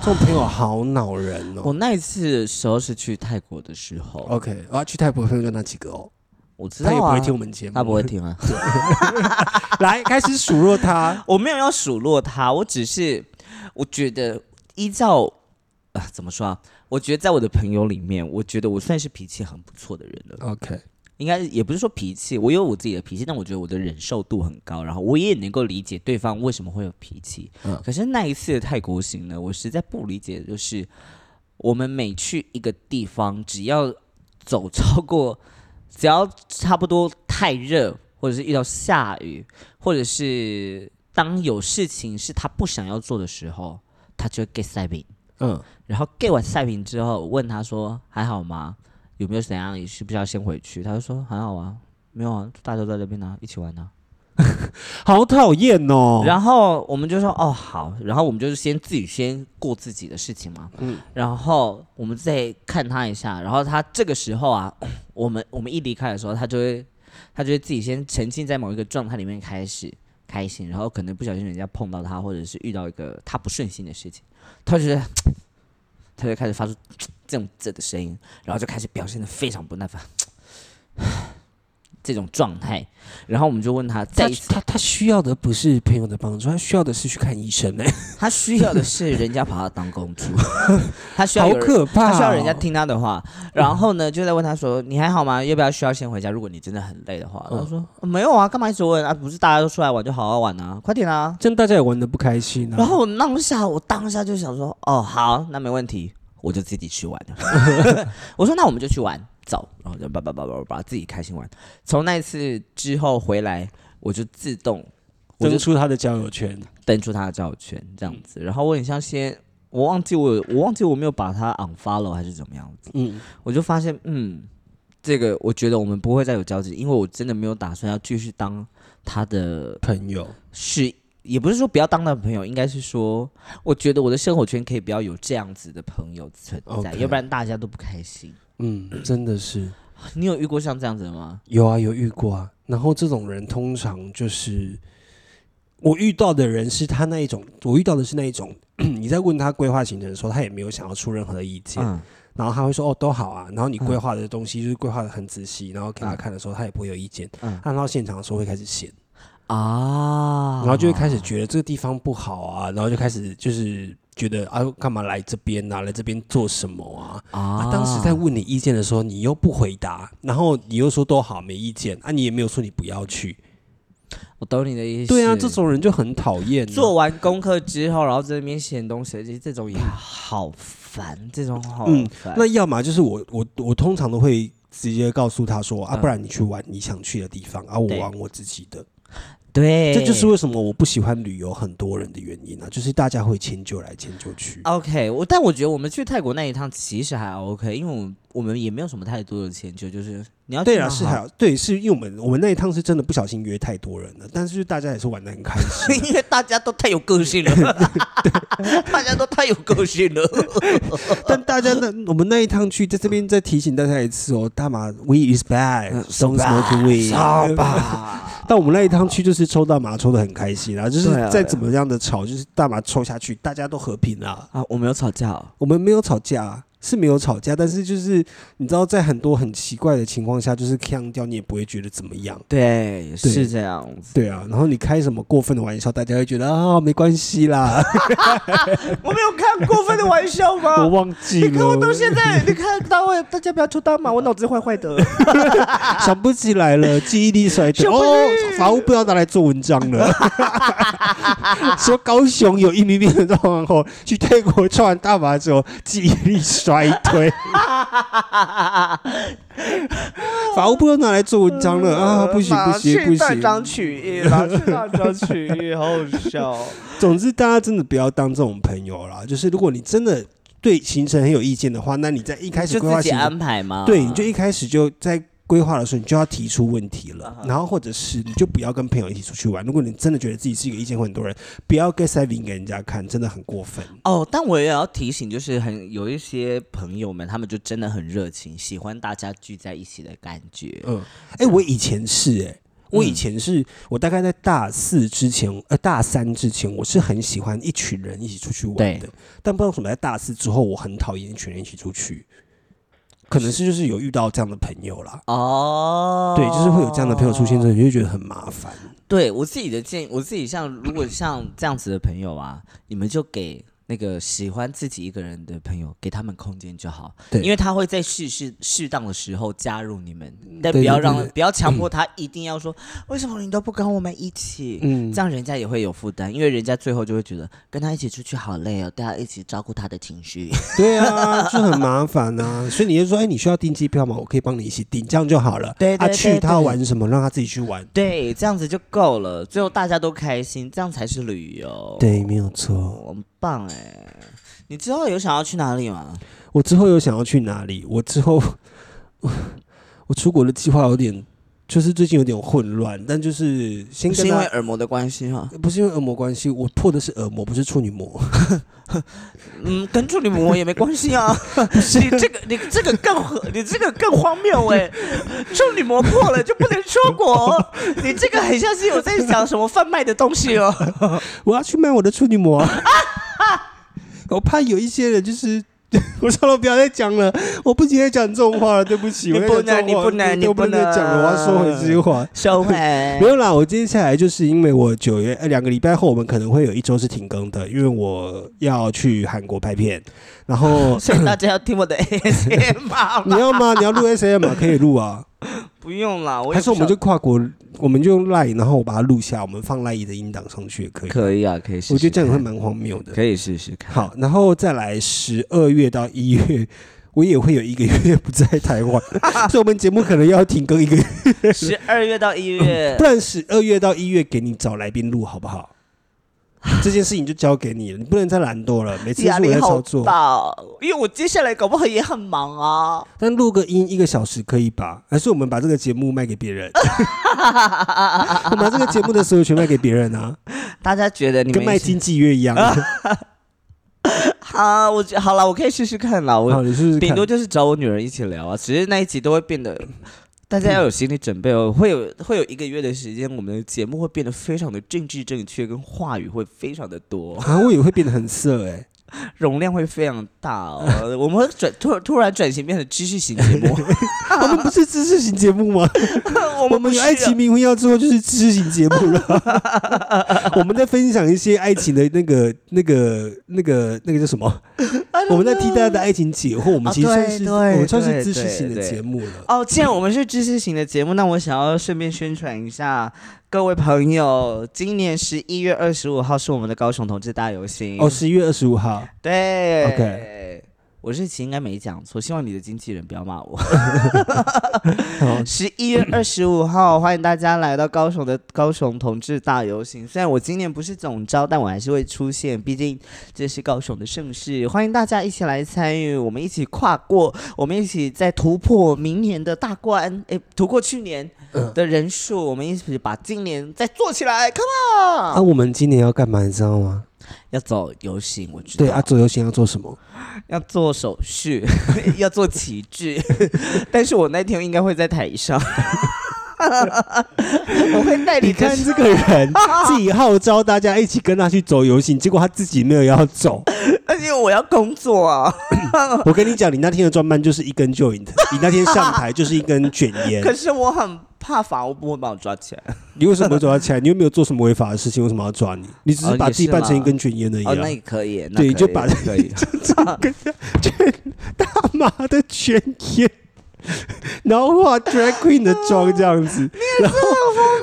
[SPEAKER 2] 这种朋友好恼人
[SPEAKER 1] 我
[SPEAKER 2] 哦。
[SPEAKER 1] 那一次的时候是去泰国的时候，
[SPEAKER 2] <laughs> OK，我要去泰国的朋友就那几个哦，
[SPEAKER 1] 我知道、
[SPEAKER 2] 他
[SPEAKER 1] 啊、
[SPEAKER 2] 也不会听我们节目，
[SPEAKER 1] 他不会。听啊。
[SPEAKER 2] <laughs> 来，开始数落他。
[SPEAKER 1] <laughs> 我没有要数落他，我只是我觉得依照啊怎么说啊，我觉得在我的朋友里面，我觉得我算是脾气很不错的人了，
[SPEAKER 2] OK，
[SPEAKER 1] 应该也不是说脾气，我有我自己的脾气，但我觉得我的忍受度很高，然后我也能够理解对方为什么会有脾气。
[SPEAKER 2] 嗯
[SPEAKER 1] 可是那一次的泰国行呢，我实在不理解，就是我们每去一个地方，只要走超过，只要差不多太热，或者是遇到下雨，或者是当有事情是他不想要做的时候，他就会 get 塞饼。
[SPEAKER 2] 嗯，
[SPEAKER 1] 然后 get 完赛评之后，我问他说还好吗？有没有怎样？你需不需要先回去？他就说还好啊，没有啊，大家都在这边呢、一起玩啊呢、
[SPEAKER 2] 好讨厌哦。
[SPEAKER 1] 然后我们就说哦好，然后我们就是先自己先过自己的事情嘛，
[SPEAKER 2] 嗯
[SPEAKER 1] 然后我们再看他一下，然后他这个时候啊， <coughs> 我们我们一离开的时候，他就会他就会自己先沉浸在某一个状态里面开始开心，然后可能不小心人家碰到他，或者是遇到一个他不顺心的事情，他就觉得 <coughs> 他就开始发出 <coughs> 这种这的声音，然后就开始表现的非常不耐烦。 <coughs> 这种状态，然后我们就问他，再
[SPEAKER 2] 他
[SPEAKER 1] 一次
[SPEAKER 2] 他他需要的不是朋友的帮助，他需要的是去看医生哎、
[SPEAKER 1] 他需要的是人家把他当公
[SPEAKER 2] <laughs>
[SPEAKER 1] 主，他需要
[SPEAKER 2] 好
[SPEAKER 1] 有人
[SPEAKER 2] 可怕、哦
[SPEAKER 1] 他需要人家。听他的话。然后呢，就在问他说：“你还好吗？要不要需要先回家？如果你真的很累的
[SPEAKER 2] 哦
[SPEAKER 1] 话。”他说：“没有啊，干嘛一直问啊？不是大家都出来玩就好好玩啊，快点啊
[SPEAKER 2] 这样大家也玩的不开！”心啊。
[SPEAKER 1] 然后我当下，我当下就想说：“哦，好，那没问题，我就自己去玩 <laughs> 了。”我说：“那我们就去玩，走。”然后就叭叭叭叭叭叭，自己开心玩。从那一次之后回来，我就自动我就
[SPEAKER 2] 登出他的交友圈，
[SPEAKER 1] 登出他的交友圈
[SPEAKER 2] 嗯
[SPEAKER 1] 这样子。然后我很像先，我忘记我有，我忘记我没有把他 unfollow 还是怎么样子，
[SPEAKER 2] 嗯，
[SPEAKER 1] 我就发现，嗯，这个我觉得我们不会再有交集，因为我真的没有打算要继续当他的
[SPEAKER 2] 朋友，
[SPEAKER 1] 是。也不是说不要当他的朋友，应该是说，我觉得我的生活圈可以不要有这样子的朋友存在
[SPEAKER 2] OK
[SPEAKER 1] 要不然大家都不开心。
[SPEAKER 2] 嗯，真的是
[SPEAKER 1] 你有遇过像这样子的吗？
[SPEAKER 2] 有啊，有遇过啊。然后这种人通常就是我遇到的人是他那一种，我遇到的是那一种， <clears throat> 你在问他规划行程的时候，他也没有想要出任何的意见，
[SPEAKER 1] 嗯，
[SPEAKER 2] 然后他会说哦都好啊，然后你规划的东西就是规划的很仔细，然后给他看的时候，他也不会有意见。
[SPEAKER 1] 嗯
[SPEAKER 2] 他到现场的时候会开始嫌，
[SPEAKER 1] 啊，
[SPEAKER 2] 然后就会开始觉得这个地方不好啊，然后就开始就是觉得啊干嘛来这边啊，来这边做什么啊？
[SPEAKER 1] 啊
[SPEAKER 2] 啊，当时在问你意见的时候，你又不回答，然后你又说都好没意见，啊，你也没有说你不要去。
[SPEAKER 1] 我懂你的意思。
[SPEAKER 2] 对啊，这种人就很讨厌啊。
[SPEAKER 1] 做完功课之后，然后在那边写东西，其实这种也好烦，这种好
[SPEAKER 2] 嗯
[SPEAKER 1] 烦。
[SPEAKER 2] 那要么就是我我我通常都会直接告诉他说啊，
[SPEAKER 1] 嗯
[SPEAKER 2] 不然你去玩你想去的地方，啊，我
[SPEAKER 1] 对
[SPEAKER 2] 玩我自己的。
[SPEAKER 1] 对，
[SPEAKER 2] 这就是为什么我不喜欢旅游很多人的原因啊，就是大家会迁就来迁就去。
[SPEAKER 1] OK。我但我觉得我们去泰国那一趟其实还 OK，因为我们我们也没有什么太多的迁就，就是你要
[SPEAKER 2] 对
[SPEAKER 1] 啊，
[SPEAKER 2] 啊，是还好，对，是因为我们我们那一趟是真的不小心约太多人了，但是就大家也是玩的很开心啊、
[SPEAKER 1] <laughs> 因为大家都太有个
[SPEAKER 2] <laughs>
[SPEAKER 1] 性了，大家都太有个性了。
[SPEAKER 2] 但大家呢，我们那一趟去，在这边再提醒大家一次哦，大麻 weed is
[SPEAKER 1] 嗯
[SPEAKER 2] bad，don't smoke weed。
[SPEAKER 1] 吧，
[SPEAKER 2] 但我们那一趟去就是抽大麻抽的很开心啊，就是
[SPEAKER 1] 对啊
[SPEAKER 2] 再怎么样的吵，就是大麻抽下去，大家都和平啊。 <laughs>
[SPEAKER 1] 啊，我没有吵架哦、
[SPEAKER 2] 我们没有吵架啊，是没有吵架，但是就是你知道，在很多很奇怪的情况下，就是呛掉你也不会觉得怎么样。
[SPEAKER 1] 对，是这样子。
[SPEAKER 2] 对啊，然后你开什么过分的玩笑，大家会觉得啊没关系啦，
[SPEAKER 1] 我没有开过分的玩笑
[SPEAKER 2] 我
[SPEAKER 1] 吗？
[SPEAKER 2] 忘记
[SPEAKER 1] 啊你看 <laughs> 我
[SPEAKER 2] 了，
[SPEAKER 1] 到现在，你看大卫，大家不要抽大麻，我脑子坏坏的。啊
[SPEAKER 2] 想不起来
[SPEAKER 1] <laughs>
[SPEAKER 2] 了，记忆力衰退。
[SPEAKER 1] 想不起
[SPEAKER 2] 哦，法务部要拿来做文章
[SPEAKER 1] <laughs>
[SPEAKER 2] 了。 <laughs> 说高雄有一名病人状况后，去泰国抽完大麻之后，记忆力衰
[SPEAKER 1] <laughs>
[SPEAKER 2] 退。法务部要拿来做文章了啊！不行不行不
[SPEAKER 1] 断章
[SPEAKER 2] 行！
[SPEAKER 1] 取义啦，去断章取义， <laughs> 好好笑。
[SPEAKER 2] 总之，大家真的不要当这种朋友啦。就是如果你真的对行程很有意见的话，那你在一开始
[SPEAKER 1] 就
[SPEAKER 2] 规划
[SPEAKER 1] 自己啊
[SPEAKER 2] 行程
[SPEAKER 1] 安排嘛。
[SPEAKER 2] 对，你就一开始就在规划的时候，你就要提出问题了，然后或者是你就不要跟朋友一起出去玩。如果你真的觉得自己是一个意见会很多人，不要 get saving 给人家看，真的很过分。
[SPEAKER 1] 哦，但我也要提醒，就是很有一些朋友们，他们就真的很热情，喜欢大家聚在一起的感觉。
[SPEAKER 2] 嗯，哎、我以前是哎、我以前是我大概在大四之前，呃，大三之前，我是很喜欢一群人一起出去玩的
[SPEAKER 1] 对。
[SPEAKER 2] 但不知道为什么在大四之后，我很讨厌一群人一起出去，可能是就是有遇到这样的朋友啦。
[SPEAKER 1] 哦，
[SPEAKER 2] 对，就是会有这样的朋友出现之后，你就觉得很麻烦。
[SPEAKER 1] 对我自己的建议，我自己像如果像这样子的朋友啊，你们就给。那个喜欢自己一个人的朋友，给他们空间就好。
[SPEAKER 2] 对
[SPEAKER 1] 因为他会在适适适当的时候加入你们，但
[SPEAKER 2] 对
[SPEAKER 1] 不要让
[SPEAKER 2] 对对
[SPEAKER 1] 不要强迫他一定要说、为什么你都不跟我们一起。
[SPEAKER 2] 嗯
[SPEAKER 1] 这，样人家也会有负担，因为人家最后就会觉得跟他一起出去好累哦，大家一起照顾他的情绪。
[SPEAKER 2] 对啊，就很麻烦
[SPEAKER 1] <laughs>
[SPEAKER 2] 呐、所以你就说，哎，你需要订机票吗？我可以帮你一起订，这样就好了。
[SPEAKER 1] 对
[SPEAKER 2] 啊，
[SPEAKER 1] 对
[SPEAKER 2] 去
[SPEAKER 1] 对
[SPEAKER 2] 他要
[SPEAKER 1] 对
[SPEAKER 2] 玩什么，让他自己去玩。
[SPEAKER 1] <laughs> 对，这样子就够了，最后大家都开心，这样才是旅游。
[SPEAKER 2] 对，没有错。
[SPEAKER 1] 我很棒哎、你之后有想要去哪里吗？
[SPEAKER 2] 我之后有想要去哪里？我之后 <laughs> 我出国的计划有点，就是最近有点混乱，但就是先
[SPEAKER 1] 是
[SPEAKER 2] 跟
[SPEAKER 1] 因为
[SPEAKER 2] 他。
[SPEAKER 1] 耳膜的关系哈。
[SPEAKER 2] 不是因为恶魔关系，我破的是恶魔，不是处女膜。
[SPEAKER 1] 嗯，跟处女膜也没关系啊。你这个，你这个更合，你这个更荒谬 <laughs> 哎、处女膜破了就不能出国，你这个很像是有在讲什么贩卖的东西哦。
[SPEAKER 2] 我要去卖我的处女膜。啊
[SPEAKER 1] <laughs>
[SPEAKER 2] 我怕有一些人就是， <laughs> 我算了，不要再讲了，我不仅在讲这种话了，对不起，
[SPEAKER 1] 你
[SPEAKER 2] 我在讲这种话
[SPEAKER 1] 不能你不能
[SPEAKER 2] 我
[SPEAKER 1] 你
[SPEAKER 2] 都不
[SPEAKER 1] 不
[SPEAKER 2] 能再讲了，我
[SPEAKER 1] 能
[SPEAKER 2] 要收回这句话。
[SPEAKER 1] 收回。
[SPEAKER 2] 没有啦，我接下来就是因为我九月呃两个礼拜后，我们可能会有一周是停更的，因为我要去韩国拍片，然
[SPEAKER 1] <laughs>
[SPEAKER 2] 后
[SPEAKER 1] <laughs> 所以大家要听我的 ASMR
[SPEAKER 2] 你
[SPEAKER 1] 吗？
[SPEAKER 2] 要吗？你要录 S M 吗？可以录啊，
[SPEAKER 1] 不用啦， <laughs> 我也
[SPEAKER 2] 还是我们
[SPEAKER 1] 不
[SPEAKER 2] 就
[SPEAKER 1] 晓
[SPEAKER 2] 跨国，我们就用 Line，然后我把它录下，我们放 Line 的音档上去也可以。
[SPEAKER 1] <laughs> 可以啊，可以试试看。
[SPEAKER 2] 我觉得这样也会蛮荒谬的。
[SPEAKER 1] 可以试试看。
[SPEAKER 2] 好，然后再来十二月到一月，我也会有一个月不在台
[SPEAKER 1] <laughs>
[SPEAKER 2] 湾，所以我们节目可能要停更一个月，
[SPEAKER 1] 十二月到一月
[SPEAKER 2] 不，然十二月到一月给你找来宾录好不好？这件事情就交给你了，你不能再懒惰了，每次都
[SPEAKER 1] <laughs> 压
[SPEAKER 2] 是嗯我
[SPEAKER 1] 力
[SPEAKER 2] 在
[SPEAKER 1] 好
[SPEAKER 2] 操作。
[SPEAKER 1] 大，因为我接下来搞不好也很忙啊。
[SPEAKER 2] 但录个音一个小时可以吧？还是我们把这个节目卖给别人？ <laughs> 我们把这个节目的所有权卖给别人啊，
[SPEAKER 1] 大家觉 <laughs> 得你
[SPEAKER 2] 跟
[SPEAKER 1] 们
[SPEAKER 2] 卖经纪约一样。
[SPEAKER 1] 啊？我觉好了，我可以试试看啦。
[SPEAKER 2] 好，
[SPEAKER 1] <laughs> 我
[SPEAKER 2] 你试试
[SPEAKER 1] 顶
[SPEAKER 2] 看
[SPEAKER 1] 多。就是找我女儿一起聊啊，只是那一集都会变 <coughs> 得。大家要有心理准备哦，会有会有一个月的时间，我们的节目会变得非常的政治正确，跟话语会非常的 <laughs> 多，
[SPEAKER 2] 啊，我也会变得很色哎、
[SPEAKER 1] <laughs> 容量会非常大哦。我们会转突突然转型变成知识型节 <laughs> 目，
[SPEAKER 2] 我们不是知识型节目吗？
[SPEAKER 1] 我
[SPEAKER 2] 我
[SPEAKER 1] 们不
[SPEAKER 2] 们
[SPEAKER 1] 需
[SPEAKER 2] 有
[SPEAKER 1] 要
[SPEAKER 2] 爱情冥婚要之后就是知识型节目了，
[SPEAKER 1] <laughs>
[SPEAKER 2] 我们在分享一些爱情的那个、那个、那个、那个叫什
[SPEAKER 1] <laughs>
[SPEAKER 2] 么？我们在替大家的爱情解惑。我们
[SPEAKER 1] 啊
[SPEAKER 2] 其实算是、
[SPEAKER 1] 对
[SPEAKER 2] 我们
[SPEAKER 1] 对
[SPEAKER 2] 算是
[SPEAKER 1] 对
[SPEAKER 2] 知识
[SPEAKER 1] 对
[SPEAKER 2] 型的
[SPEAKER 1] 对
[SPEAKER 2] 节目了。
[SPEAKER 1] 哦，既然我们是知识型的节目，那我想要顺便宣传一下各位朋友，今年十一月二十五号是我们的高雄同志大游行。
[SPEAKER 2] 哦，十一月二十五号，
[SPEAKER 1] 对
[SPEAKER 2] OK
[SPEAKER 1] 我日期应该没讲错，希望你的经纪人不要骂我。
[SPEAKER 2] 好
[SPEAKER 1] <laughs> 十一月二十五号，欢迎大家来到高雄的高雄同志大游行。虽然我今年不是总招，但我还是会出现，毕竟这是高雄的盛世。欢迎大家一起来参与，我们一起跨过，我们一起再突破明年的大关，诶，突破去年
[SPEAKER 2] 嗯
[SPEAKER 1] 的人数，我们一起把今年再做起来，Come on！、
[SPEAKER 2] 啊，我们今年要干嘛，你知道吗？
[SPEAKER 1] 要走游行，我知道。
[SPEAKER 2] 对，啊，左右行要做什么？
[SPEAKER 1] 要做手
[SPEAKER 2] <laughs>
[SPEAKER 1] 续，要做旗帜， <laughs> 但是我那天应该会在台上， <laughs> 我会
[SPEAKER 2] 你
[SPEAKER 1] 带哎你
[SPEAKER 2] 看这个
[SPEAKER 1] <laughs>
[SPEAKER 2] 人自己号召大家一起跟他去走游行，结果他自己没有要
[SPEAKER 1] <laughs>
[SPEAKER 2] 走。
[SPEAKER 1] 而且哎我要工作啊。
[SPEAKER 2] 我跟你讲，你那天的装扮就是一根 joint，你那天上台就是一根卷烟
[SPEAKER 1] 可。是我很怕法务部会把我抓起来。
[SPEAKER 2] 你为什么会抓他起来？你又没有做什么违法的事情，为什么要抓你？你只是
[SPEAKER 1] 哦
[SPEAKER 2] 把
[SPEAKER 1] 也
[SPEAKER 2] 自己
[SPEAKER 1] 是
[SPEAKER 2] 扮成一
[SPEAKER 1] 啦
[SPEAKER 2] 根卷烟而已、啊。
[SPEAKER 1] 哦，那也可以，那
[SPEAKER 2] 对
[SPEAKER 1] 可以
[SPEAKER 2] 就把
[SPEAKER 1] 可 <laughs> 以。
[SPEAKER 2] 大 <laughs> 麻的卷烟，然后画 drag queen 的妆这
[SPEAKER 1] <laughs>
[SPEAKER 2] 样子。然后
[SPEAKER 1] 欸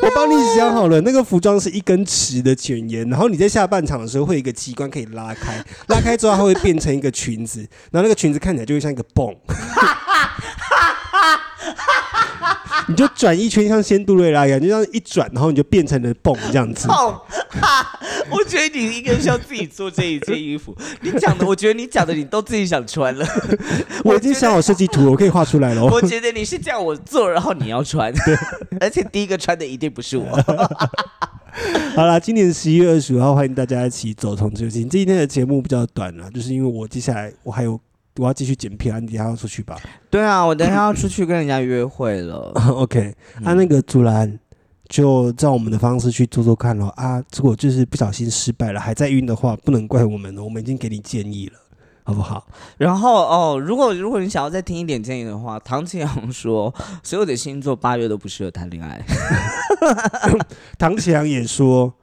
[SPEAKER 2] 我帮你想好了，那个服装是一根直的卷烟，然后你在下半场的时候会有一个器官可以拉
[SPEAKER 1] <laughs>
[SPEAKER 2] 开，拉开之后它会变成一个裙子，然后那个裙子看起来就会像一个
[SPEAKER 1] <laughs>
[SPEAKER 2] 泵。你就转一圈，像仙杜瑞拉一样，就这样一转，然后你就变成了泵这样子。
[SPEAKER 1] <laughs> 哦，哈！我觉得你应该是要自己做这一件衣服。你讲的，我觉得你讲的，你都自己想
[SPEAKER 2] <laughs>
[SPEAKER 1] 穿了。
[SPEAKER 2] 我已经想好设计 <laughs> 图了，我可以画出来了。哦
[SPEAKER 1] 我觉得你是叫我做，然后你要穿， <laughs> 而且第一个穿的一定不是我。
[SPEAKER 2] <laughs> 好啦，今年十一月二十五号，欢迎大家一起走同志游行。今天的节目比较短啦，就是因为我接下来我还有我要继续剪片啊，你等一下要出去吧。
[SPEAKER 1] 对啊，我等一下要出去跟人家约会了。
[SPEAKER 2] <laughs> OK，啊，那个竹兰就照我们的方式去做做看咯。啊，如果就是不小心失败了，还在晕的话，不能怪我们哦，我们已经给你建议了，好不好？
[SPEAKER 1] 然后哦，如果如果你想要再听一点建议的话，唐启阳说，所有的星座八月都不适合谈恋 <laughs> 爱。
[SPEAKER 2] 唐启阳也说，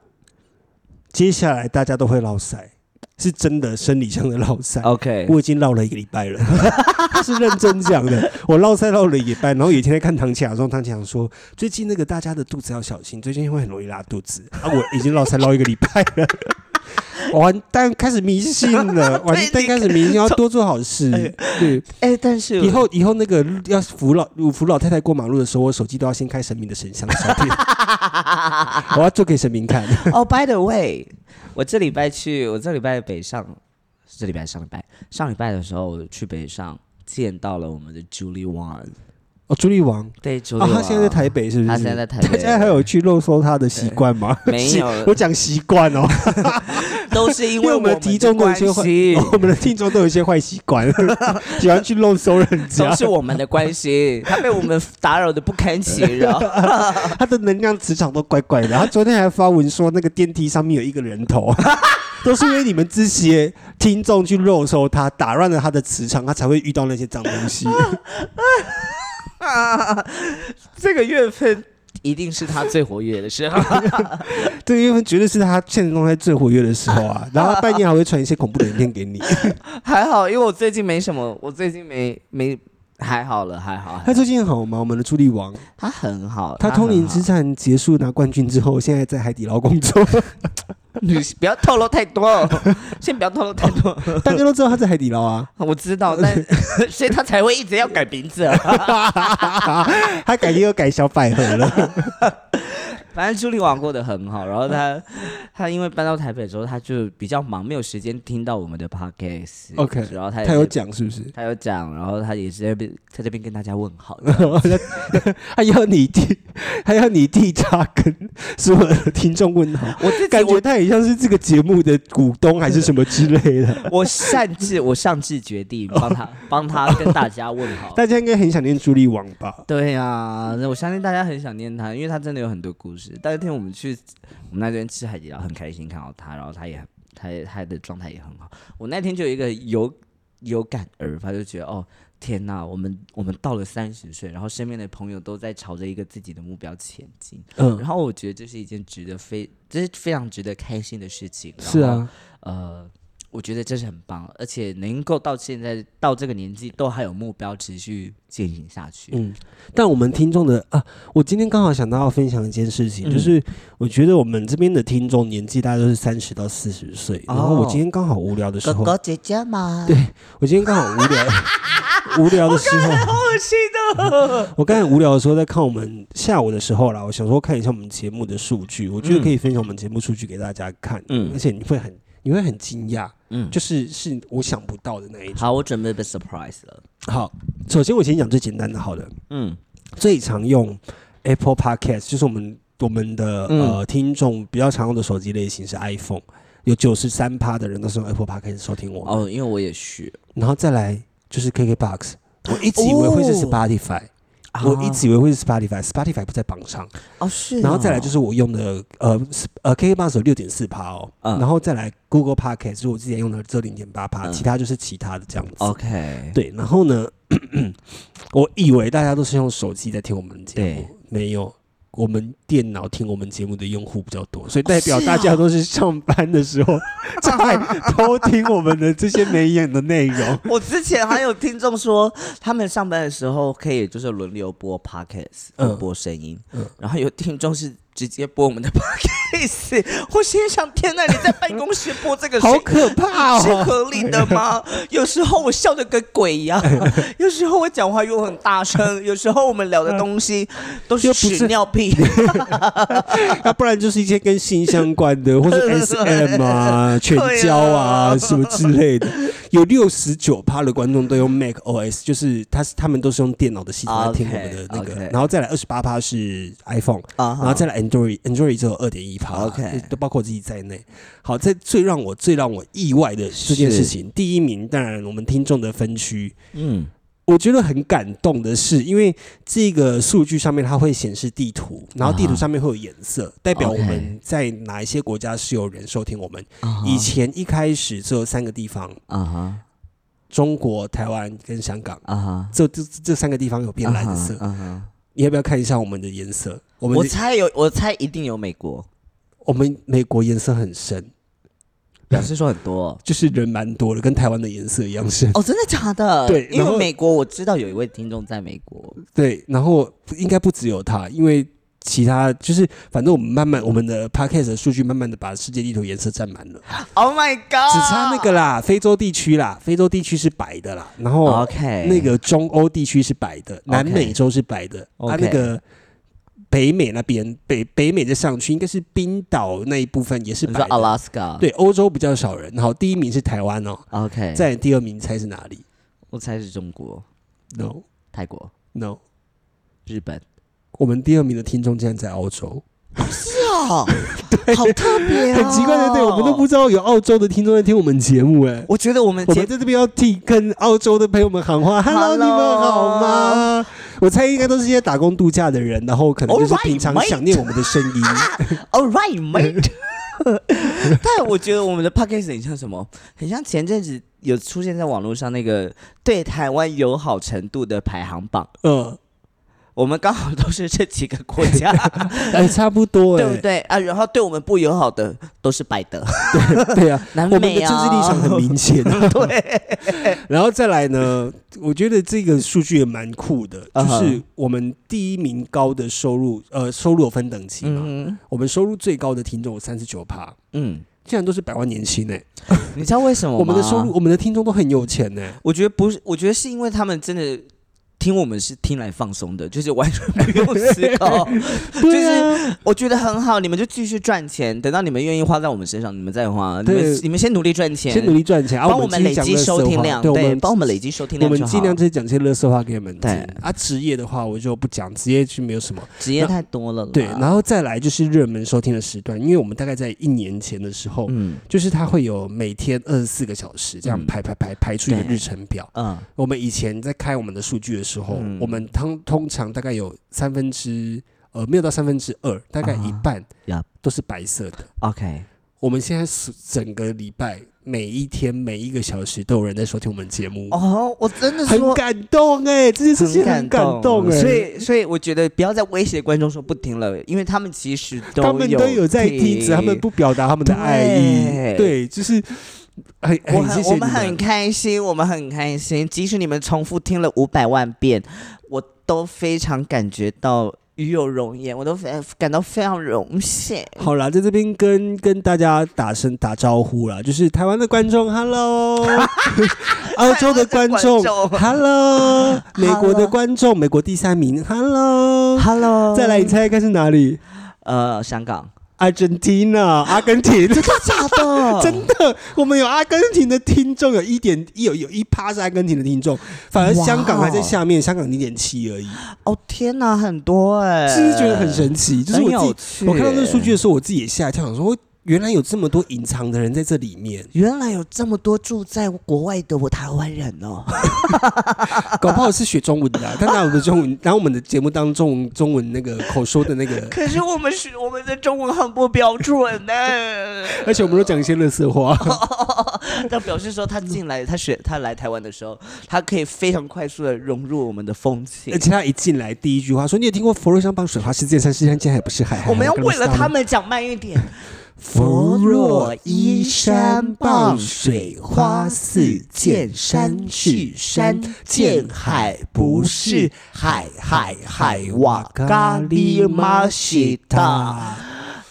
[SPEAKER 2] 接下来大家都会落塞。是真的生理上的落腮。
[SPEAKER 1] OK，
[SPEAKER 2] 我已经落了一个礼拜了， <laughs> 他是认真讲的。我落腮落了一个礼拜，然后有一天在看唐启阳的时候，唐启阳说：“最近那个大家的肚子要小心，最近会很容易拉肚子。”啊，我已经落腮落一个礼拜了， <laughs> 完蛋，开始迷信 <laughs> 了，完蛋，开始迷信，要多做好事。对，
[SPEAKER 1] 哎、但是
[SPEAKER 2] 以后以后那个要扶老扶老太太过马路的时候，我手机都要先开神明的神像照 <laughs> 片，我要做给神明看。
[SPEAKER 1] 哦、b y the way，我这礼拜去，我这礼拜北上，是这礼拜上礼拜上礼拜的时候，我去北上见到了我们的 Julie Wang，
[SPEAKER 2] 哦，朱莉王，
[SPEAKER 1] 对 Julie，、
[SPEAKER 2] 啊，他现在在台，北是不是？
[SPEAKER 1] 他现在在台
[SPEAKER 2] 大
[SPEAKER 1] 北，
[SPEAKER 2] 家还有去漏搜他的习惯吗？
[SPEAKER 1] 没有
[SPEAKER 2] <laughs> 我讲习惯哦，
[SPEAKER 1] 都是 <laughs> 因
[SPEAKER 2] 因为我
[SPEAKER 1] 我
[SPEAKER 2] 们
[SPEAKER 1] 们
[SPEAKER 2] 的听众都有
[SPEAKER 1] 关
[SPEAKER 2] 一些坏，
[SPEAKER 1] 系，
[SPEAKER 2] 我们的听众都有一些坏习惯， <laughs> 喜欢去漏搜人
[SPEAKER 1] 都
[SPEAKER 2] 家，
[SPEAKER 1] 是我们的关系，他被我们 <laughs> 打扰的不堪其扰。
[SPEAKER 2] 他的能量磁场都怪怪的。他昨天还发文说那个电梯上面有一个人头。 <laughs> 都是因为你们这些听众去漏搜他，打乱了他的磁场，他才会遇到那些脏东
[SPEAKER 1] <laughs>
[SPEAKER 2] 西。
[SPEAKER 1] <laughs> 这个月份一定是他最活跃的时候。
[SPEAKER 2] 这个月份绝对是他现实中在最活跃的时候啊，然后他半夜还会传一些恐怖的影片给
[SPEAKER 1] <laughs>
[SPEAKER 2] 你。
[SPEAKER 1] 还好，因为我最近没什么，我最近没没还好了，还好。
[SPEAKER 2] 他最近好吗？我们的朱莉王，
[SPEAKER 1] 他很好，
[SPEAKER 2] 啊他通灵之
[SPEAKER 1] 之，
[SPEAKER 2] 战结束拿冠军之后，现在在海底捞工作。
[SPEAKER 1] 你不要透露太多， <laughs> 先不要透露太
[SPEAKER 2] <laughs>
[SPEAKER 1] 多。
[SPEAKER 2] 大家都知道他在海底捞啊，
[SPEAKER 1] 我知道，但
[SPEAKER 2] <laughs>
[SPEAKER 1] 所以他才会一直要改名字啊。 <laughs>
[SPEAKER 2] 他改天又改小百合了。
[SPEAKER 1] 反正朱莉王过得很好，然后他他因为搬到台北之后，他就比较忙，没有时间听到我们的 podcast。
[SPEAKER 2] OK，
[SPEAKER 1] 然后他也
[SPEAKER 2] 他有讲是不是？ <laughs>
[SPEAKER 1] 他有讲，然后他也是在边在这边跟大家问好。
[SPEAKER 2] <laughs> 他要你替，他要你替他跟所有的听众问好，
[SPEAKER 1] 我自己
[SPEAKER 2] 感
[SPEAKER 1] 我
[SPEAKER 2] 觉他也像是这个节目的股东还是什么之类的。
[SPEAKER 1] 我擅自我擅自决定帮他帮他跟大家问好。
[SPEAKER 2] 大家应该很想念朱莉王吧？
[SPEAKER 1] 对呀、那我相信大家很想念他，因为他真的有很多故事。当天我们去我们那边吃海底捞，很开心看到他，然后他也他也他的状态也很好。我那天就有一个有有感而发，就觉得哦天呐，我们我们到了三十岁，然后身边的朋友都在朝着一个自己的目标前进，
[SPEAKER 2] 嗯
[SPEAKER 1] 然，后我觉得这是一件值得非这是非常值得开心的事情。
[SPEAKER 2] 是
[SPEAKER 1] 然后
[SPEAKER 2] 啊，
[SPEAKER 1] 呃，我觉得这是很棒，而且能够到现在到这个年纪都还有目标持续进行下去。
[SPEAKER 2] 嗯，但我们听众的啊，我今天刚好想到要分享一件事情，
[SPEAKER 1] 嗯
[SPEAKER 2] 就是我觉得我们这边的听众年纪大概都是三十到四十岁，然后我
[SPEAKER 1] 哦
[SPEAKER 2] 今天刚好无聊的时候，
[SPEAKER 1] 姐姐嘛，
[SPEAKER 2] 对我今天刚好无聊
[SPEAKER 1] <laughs>
[SPEAKER 2] 无聊的时候，
[SPEAKER 1] 恶心的。
[SPEAKER 2] 我刚才无聊的时候在看我们下午的时候啦，我想说看一下我们节目的数据，我觉得可以分享我们节目数据给大家看，
[SPEAKER 1] 嗯
[SPEAKER 2] 而且你会很你会很惊讶，
[SPEAKER 1] 嗯，
[SPEAKER 2] 就是是我想不到的那一种。
[SPEAKER 1] 好，我准备被 surprise 了。
[SPEAKER 2] 好，首先我先讲最简单的，好了。
[SPEAKER 1] 嗯，
[SPEAKER 2] 最常用 Apple Podcast，就是我们我们的、
[SPEAKER 1] 嗯
[SPEAKER 2] 呃听众比较常用的手机类型是 iPhone，有九十三趴的人都是用 Apple Podcast 收听我们，
[SPEAKER 1] 哦，因为我也是，
[SPEAKER 2] 然后再来就是 KKBox。我一直以为会是
[SPEAKER 1] 哦
[SPEAKER 2] Spotify，、我一直以为会是 Spotify，Spotify 不在榜上。
[SPEAKER 1] 哦啊是，
[SPEAKER 2] 然后再来啊就是是我用的呃是呃 KKBox 有六点四趴哦，
[SPEAKER 1] 嗯
[SPEAKER 2] 然后再来 Google Podcast 就是我之前用的这零点八趴，
[SPEAKER 1] 嗯哦
[SPEAKER 2] 其他就是其他的这样子。
[SPEAKER 1] OK，
[SPEAKER 2] 对，然后呢，我以为大家都是用手机在听我们的节目
[SPEAKER 1] 对，
[SPEAKER 2] 没有，我们电脑听我们节目的用户比较多，所以代表
[SPEAKER 1] 是
[SPEAKER 2] 大
[SPEAKER 1] 啊
[SPEAKER 2] 家都是上班的时
[SPEAKER 1] <laughs>
[SPEAKER 2] 候在偷听我们的这些没眼的内
[SPEAKER 1] <laughs>
[SPEAKER 2] 容。
[SPEAKER 1] 我之前还有听众说，他们上班的时候可以就是轮流播 podcast，、
[SPEAKER 2] 嗯
[SPEAKER 1] 或播声音，
[SPEAKER 2] 嗯
[SPEAKER 1] 然后有听众是直接播我们的 <laughs> podcast，我心想：天呐，你在办公室播这个
[SPEAKER 2] 好
[SPEAKER 1] 是
[SPEAKER 2] 可怕
[SPEAKER 1] 是
[SPEAKER 2] 哦！
[SPEAKER 1] 合理的
[SPEAKER 2] <laughs>
[SPEAKER 1] 吗？有时候我笑的跟鬼一样，有时候我讲话又很大声，有时候我们聊的东西都是
[SPEAKER 2] 又嗯不是
[SPEAKER 1] 屎尿屁。
[SPEAKER 2] 要不然就是一些跟性相关的，或是
[SPEAKER 1] <laughs>
[SPEAKER 2] SM 啊、拳交啊
[SPEAKER 1] 对啊
[SPEAKER 2] 什么之类的。有六十九趴的观众都用 Mac OS，就是他是他们都是用电脑的系统
[SPEAKER 1] 啊
[SPEAKER 2] 来听我们的那个
[SPEAKER 1] OK，OK
[SPEAKER 2] 然后再来二十八趴是 iPhone，
[SPEAKER 1] 啊
[SPEAKER 2] 然后再来 Android，Android 只有二点一趴
[SPEAKER 1] OK
[SPEAKER 2] 都包括我自己在内。好，在最让我最让我意外的这件事情，第一名当然我们听众的分区，
[SPEAKER 1] 嗯，
[SPEAKER 2] 我觉得很感动的是，因为这个数据上面它会显示地图，然后地图上面会有颜色，代表我
[SPEAKER 1] 啊 OK
[SPEAKER 2] 们在哪一些国家是有人收听我们。
[SPEAKER 1] 啊
[SPEAKER 2] 以前一开始只有三个地方：
[SPEAKER 1] 啊哈
[SPEAKER 2] 中国、台湾跟香港。
[SPEAKER 1] 啊哈，
[SPEAKER 2] 这这这三个地方有变蓝色，
[SPEAKER 1] 啊哈。
[SPEAKER 2] 你要不要看一下我们的颜色？我们
[SPEAKER 1] 我
[SPEAKER 2] 的
[SPEAKER 1] 猜有，我猜一定有美国。
[SPEAKER 2] 我们美国颜色很深，
[SPEAKER 1] 表示说很多
[SPEAKER 2] 就是人蛮多的，跟台湾的颜色一样深。
[SPEAKER 1] <laughs> 哦，真的假的？
[SPEAKER 2] 对
[SPEAKER 1] 因
[SPEAKER 2] 然后
[SPEAKER 1] 为美国我知道有一位听众在美国，
[SPEAKER 2] 对，然后应该不只有他，因为其他就是反正我们慢慢我们的 podcast 的数据慢慢的把世界地图颜色占满了，
[SPEAKER 1] Oh my god！
[SPEAKER 2] 只差那个啦，非洲地区啦，非洲地区是白的啦，然后
[SPEAKER 1] OK
[SPEAKER 2] 那个中欧地区是白的，南
[SPEAKER 1] OK
[SPEAKER 2] 美洲是白的，啊
[SPEAKER 1] OK
[SPEAKER 2] 那个。北美那边，北北美再上去应该是冰岛那一部分也是
[SPEAKER 1] 你
[SPEAKER 2] 白
[SPEAKER 1] 说
[SPEAKER 2] 的，
[SPEAKER 1] Alaska
[SPEAKER 2] 对，欧洲比较少人。然后第一名是台湾哦，
[SPEAKER 1] OK，
[SPEAKER 2] 再来第二名猜是哪里
[SPEAKER 1] 我猜是中国、
[SPEAKER 2] ？No
[SPEAKER 1] 泰国、
[SPEAKER 2] No，
[SPEAKER 1] 日本。
[SPEAKER 2] 我们第二名的听众竟然在澳洲，
[SPEAKER 1] 是 <laughs> 哦，好特别、哦，
[SPEAKER 2] 很奇怪，对不对？我们都不。知道有澳洲的听众在听我们节目，哎，
[SPEAKER 1] 我觉得我们
[SPEAKER 2] 我
[SPEAKER 1] 节
[SPEAKER 2] 们在这边要替跟澳洲的朋友们喊 <laughs> 话，Hello，你们好吗？我猜应该都是一些打工度假的人，然后可能就是
[SPEAKER 1] Alright,
[SPEAKER 2] 平常
[SPEAKER 1] mate.
[SPEAKER 2] 想念我们的声音。
[SPEAKER 1] All right, mate 。 <laughs> 但我觉得我们的 podcast 很像什么？很像前阵子有出现在网络上那个对台湾友好程度的排行榜，
[SPEAKER 2] <laughs> 嗯，
[SPEAKER 1] 我们刚好都是这几个国家，
[SPEAKER 2] 哎，差不多，
[SPEAKER 1] 对不
[SPEAKER 2] 哎，
[SPEAKER 1] 对啊？然后对我们不友好的都是白 <laughs> 的，
[SPEAKER 2] 对啊，
[SPEAKER 1] 南
[SPEAKER 2] 我们的
[SPEAKER 1] 美
[SPEAKER 2] 政
[SPEAKER 1] 啊、
[SPEAKER 2] 治立场很明显。啊 <laughs>
[SPEAKER 1] 对，
[SPEAKER 2] 然后再来呢，我觉得这个数据也蛮酷的，就
[SPEAKER 1] 嗯哼
[SPEAKER 2] 是我们第一名高的收入，呃，收入有分等级嘛，
[SPEAKER 1] 嗯
[SPEAKER 2] 我们收入最高的听众有三十九趴，
[SPEAKER 1] 嗯，
[SPEAKER 2] 竟然都是百万年薪哎、
[SPEAKER 1] 你知道为什么吗？
[SPEAKER 2] 我们的收入，我们的听众都很有钱呢、
[SPEAKER 1] 我觉得不是，我觉得是因为他们真的听我们是听来放松的，就是完全不用思 <laughs> 考。
[SPEAKER 2] 对啊，
[SPEAKER 1] 我觉得很好，你们就继续赚钱，等到你们愿意花在我们身上，你们再花。你
[SPEAKER 2] 对
[SPEAKER 1] 们你们先努力赚钱，
[SPEAKER 2] 先努力赚钱，啊，
[SPEAKER 1] 帮
[SPEAKER 2] 我
[SPEAKER 1] 们累
[SPEAKER 2] 自己
[SPEAKER 1] 积
[SPEAKER 2] 讲
[SPEAKER 1] 收
[SPEAKER 2] 垃圾
[SPEAKER 1] 听
[SPEAKER 2] 话
[SPEAKER 1] 量，
[SPEAKER 2] 对，我
[SPEAKER 1] 对，
[SPEAKER 2] 们
[SPEAKER 1] 帮我们累积收听
[SPEAKER 2] 我
[SPEAKER 1] 量就
[SPEAKER 2] 们
[SPEAKER 1] 好。
[SPEAKER 2] 尽量就是讲一些乐色话给你们听
[SPEAKER 1] 对
[SPEAKER 2] 啊。职业的话，我就不讲，职业就没有什么。
[SPEAKER 1] 职业太多了啦，
[SPEAKER 2] 对，然后再来就是热门收听的时段，因为我们大概在一年前的时候，
[SPEAKER 1] 嗯
[SPEAKER 2] 就是它会有每天二十四个小时这样
[SPEAKER 1] 嗯
[SPEAKER 2] 排排排排出一个
[SPEAKER 1] 对
[SPEAKER 2] 日程表。
[SPEAKER 1] 嗯
[SPEAKER 2] 我们以前在开我们的数据的时候，
[SPEAKER 1] 嗯
[SPEAKER 2] 我们通通常大概有三分之呃没有到三分之二，大概一
[SPEAKER 1] 啊
[SPEAKER 2] 半
[SPEAKER 1] Yup
[SPEAKER 2] 都是白色的。
[SPEAKER 1] ，OK，
[SPEAKER 2] 我们现在是整个礼拜每一天每一个小时都有人在收听我们的节目，
[SPEAKER 1] 哦，我真的
[SPEAKER 2] 很
[SPEAKER 1] 说。
[SPEAKER 2] 感动哎、这件事情很感动哎、
[SPEAKER 1] 所以所以我觉得不要再威胁观众说不听了，因为他们其实都
[SPEAKER 2] 他们都有在听，只是他们不表达他们的爱意，
[SPEAKER 1] 对
[SPEAKER 2] 对，就是很
[SPEAKER 1] 我
[SPEAKER 2] 很谢谢
[SPEAKER 1] 很我
[SPEAKER 2] 你
[SPEAKER 1] 们
[SPEAKER 2] 们
[SPEAKER 1] 很开心，我们很开心。即使你们重复听了五百万遍，我都非常感觉到与有荣焉，我都非感到非常荣幸。
[SPEAKER 2] 好啦，在这边跟跟大家打声打招呼啦，就是台湾的观众，hello；澳洲的观众
[SPEAKER 1] 台湾的观众
[SPEAKER 2] ，hello；美国的观众，美国第三名，hello。
[SPEAKER 1] Hello，
[SPEAKER 2] 哦再来，你猜看是哪里
[SPEAKER 1] 呃，香港，
[SPEAKER 2] ？Argentina，阿根廷。
[SPEAKER 1] <laughs> 真的假 <laughs> 的？
[SPEAKER 2] 真的，我们有阿根廷的听众，有一点有有一趴是阿根廷的听众，反而香港还在下面，香港零点七而已，
[SPEAKER 1] 哦，天哪，很多哎、
[SPEAKER 2] 是不是觉得很神奇？就是
[SPEAKER 1] 很
[SPEAKER 2] 我
[SPEAKER 1] 有
[SPEAKER 2] 自
[SPEAKER 1] 趣
[SPEAKER 2] 己，我看到这个数据的时候，我自己也吓一跳，想说原来有这么多隐藏的人在这里面，
[SPEAKER 1] 原来有这么多住在国外的我台湾人哦。
[SPEAKER 2] 搞不好是学中文的啊、但拿我们的中文，拿我们的节目当中中文那个口说的那个，
[SPEAKER 1] 可是我们是我们的中文很不标准呢、
[SPEAKER 2] <laughs> 而且我们都讲一些乐色话，
[SPEAKER 1] 那表示说 <laughs> 他进来，他学他来台湾的时候，他可以非常快速的融入我们的风
[SPEAKER 2] <laughs>
[SPEAKER 1] 情
[SPEAKER 2] 而。且他一进来第一句话说：“你有听过佛罗香帮水花世界三世界竟然还不是海？”啊
[SPEAKER 1] 我们要为了他们呃讲慢一点。
[SPEAKER 2] 佛若依山傍水，花似见山是山，见海不是海，海海哇咖喱玛西达。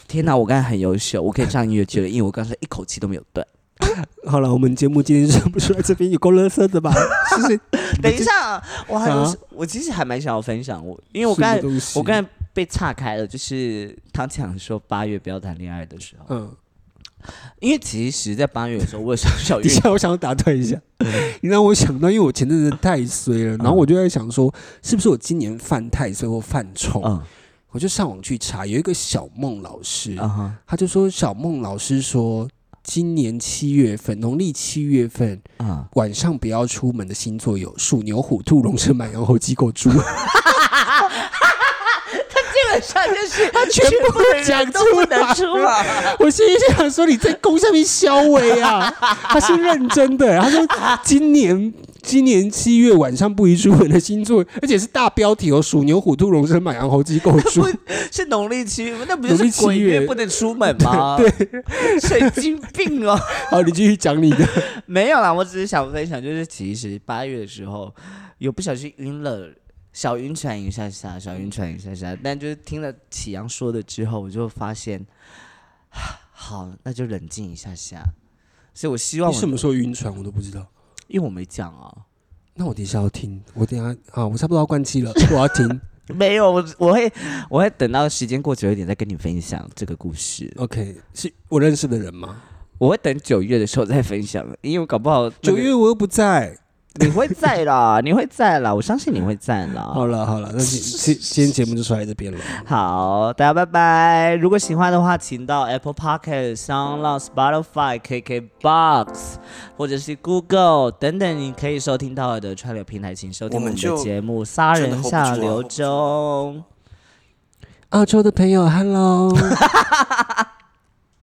[SPEAKER 1] 天哪，我刚才很优秀，我可以唱音乐剧了，因为我刚才一口气都没有断。
[SPEAKER 2] 好了，我们节目今天就不说到这边，有够乐色的
[SPEAKER 1] <laughs>
[SPEAKER 2] 吧？是不是？
[SPEAKER 1] <laughs> 等一下，我还有、
[SPEAKER 2] 啊
[SPEAKER 1] 我其实还蛮想要分享我，因为我刚才我刚
[SPEAKER 2] 才
[SPEAKER 1] 才被岔开了，就是他讲说八月不要谈恋爱的时候，
[SPEAKER 2] 嗯，
[SPEAKER 1] 因为其实，在八月的时候，我有小小 <laughs>
[SPEAKER 2] 等
[SPEAKER 1] 遇
[SPEAKER 2] 一下，我想要打断一下，
[SPEAKER 1] 嗯
[SPEAKER 2] 你让我想到，因为我前阵子太衰了，然后我就在想说，是不是我今年犯太岁或犯冲？
[SPEAKER 1] 嗯
[SPEAKER 2] 我就上网去查，有一个小梦老师，
[SPEAKER 1] 嗯哼
[SPEAKER 2] 他就说小孟老师说，今年七月份，农历七月份
[SPEAKER 1] 嗯，
[SPEAKER 2] 晚上不要出门的星座有鼠、牛、虎、兔、龙、蛇、马、羊、猴、鸡、狗、猪，
[SPEAKER 1] 基本上就是他
[SPEAKER 2] 全部讲
[SPEAKER 1] 都
[SPEAKER 2] 出
[SPEAKER 1] 不
[SPEAKER 2] 来
[SPEAKER 1] 能出来。
[SPEAKER 2] 我心里想欸说，你在攻上面消委啊？他是认真的。他说，今年今年七月晚上不宜出门的星座，而且是大标题哦，鼠牛、虎、兔、龙、蛇、马、羊、猴、鸡、狗、 <laughs> 猪。
[SPEAKER 1] 是农历七月，那不
[SPEAKER 2] 农
[SPEAKER 1] 就
[SPEAKER 2] 历
[SPEAKER 1] 是鬼
[SPEAKER 2] 七月
[SPEAKER 1] 月不能出门吗？ <laughs> 对，神经病哦！
[SPEAKER 2] 好，你继续讲你的。
[SPEAKER 1] <laughs> 没有啦，我只是想分享，就是其实八月的时候有不小心晕了，小晕船一下下，小晕船一下下，但就是听了启阳说的之后，我就发现， <sighs> 啊好，那就冷静一下下。所以我希望
[SPEAKER 2] 你
[SPEAKER 1] 我
[SPEAKER 2] 什，么时候晕船我都不知道。
[SPEAKER 1] 因为我没讲啊，
[SPEAKER 2] 那我等一下要听，我等一下啊，我差不多要关机了，我要听。
[SPEAKER 1] 没有，我我会我会等到时间过久一点再跟你分享这个故事。
[SPEAKER 2] OK，是我认识的人 <laughs> 吗？
[SPEAKER 1] 我会等九月的时候再分享，因为我搞不好那
[SPEAKER 2] 九
[SPEAKER 1] 个
[SPEAKER 2] 月我又不在。
[SPEAKER 1] 你会在
[SPEAKER 4] <laughs>
[SPEAKER 1] 啦，你会在啦，我相信你会在啦。
[SPEAKER 2] 好了好了，那今今今天节目就出来这边了。
[SPEAKER 1] 好，大家拜拜。如果喜欢的话，请到 Apple Podcast、SoundCloud、Spotify、KKBox 或者是 Google 等等，你可以收听到的串流平台，请收听我
[SPEAKER 4] 我们
[SPEAKER 1] 们的
[SPEAKER 4] 就
[SPEAKER 1] 节目《杀
[SPEAKER 4] 真的
[SPEAKER 1] 人
[SPEAKER 4] hold 不
[SPEAKER 1] 下
[SPEAKER 4] 住啊
[SPEAKER 1] 流
[SPEAKER 4] ，hold 不住啊
[SPEAKER 1] 中》。
[SPEAKER 2] 澳洲的朋友，Hello。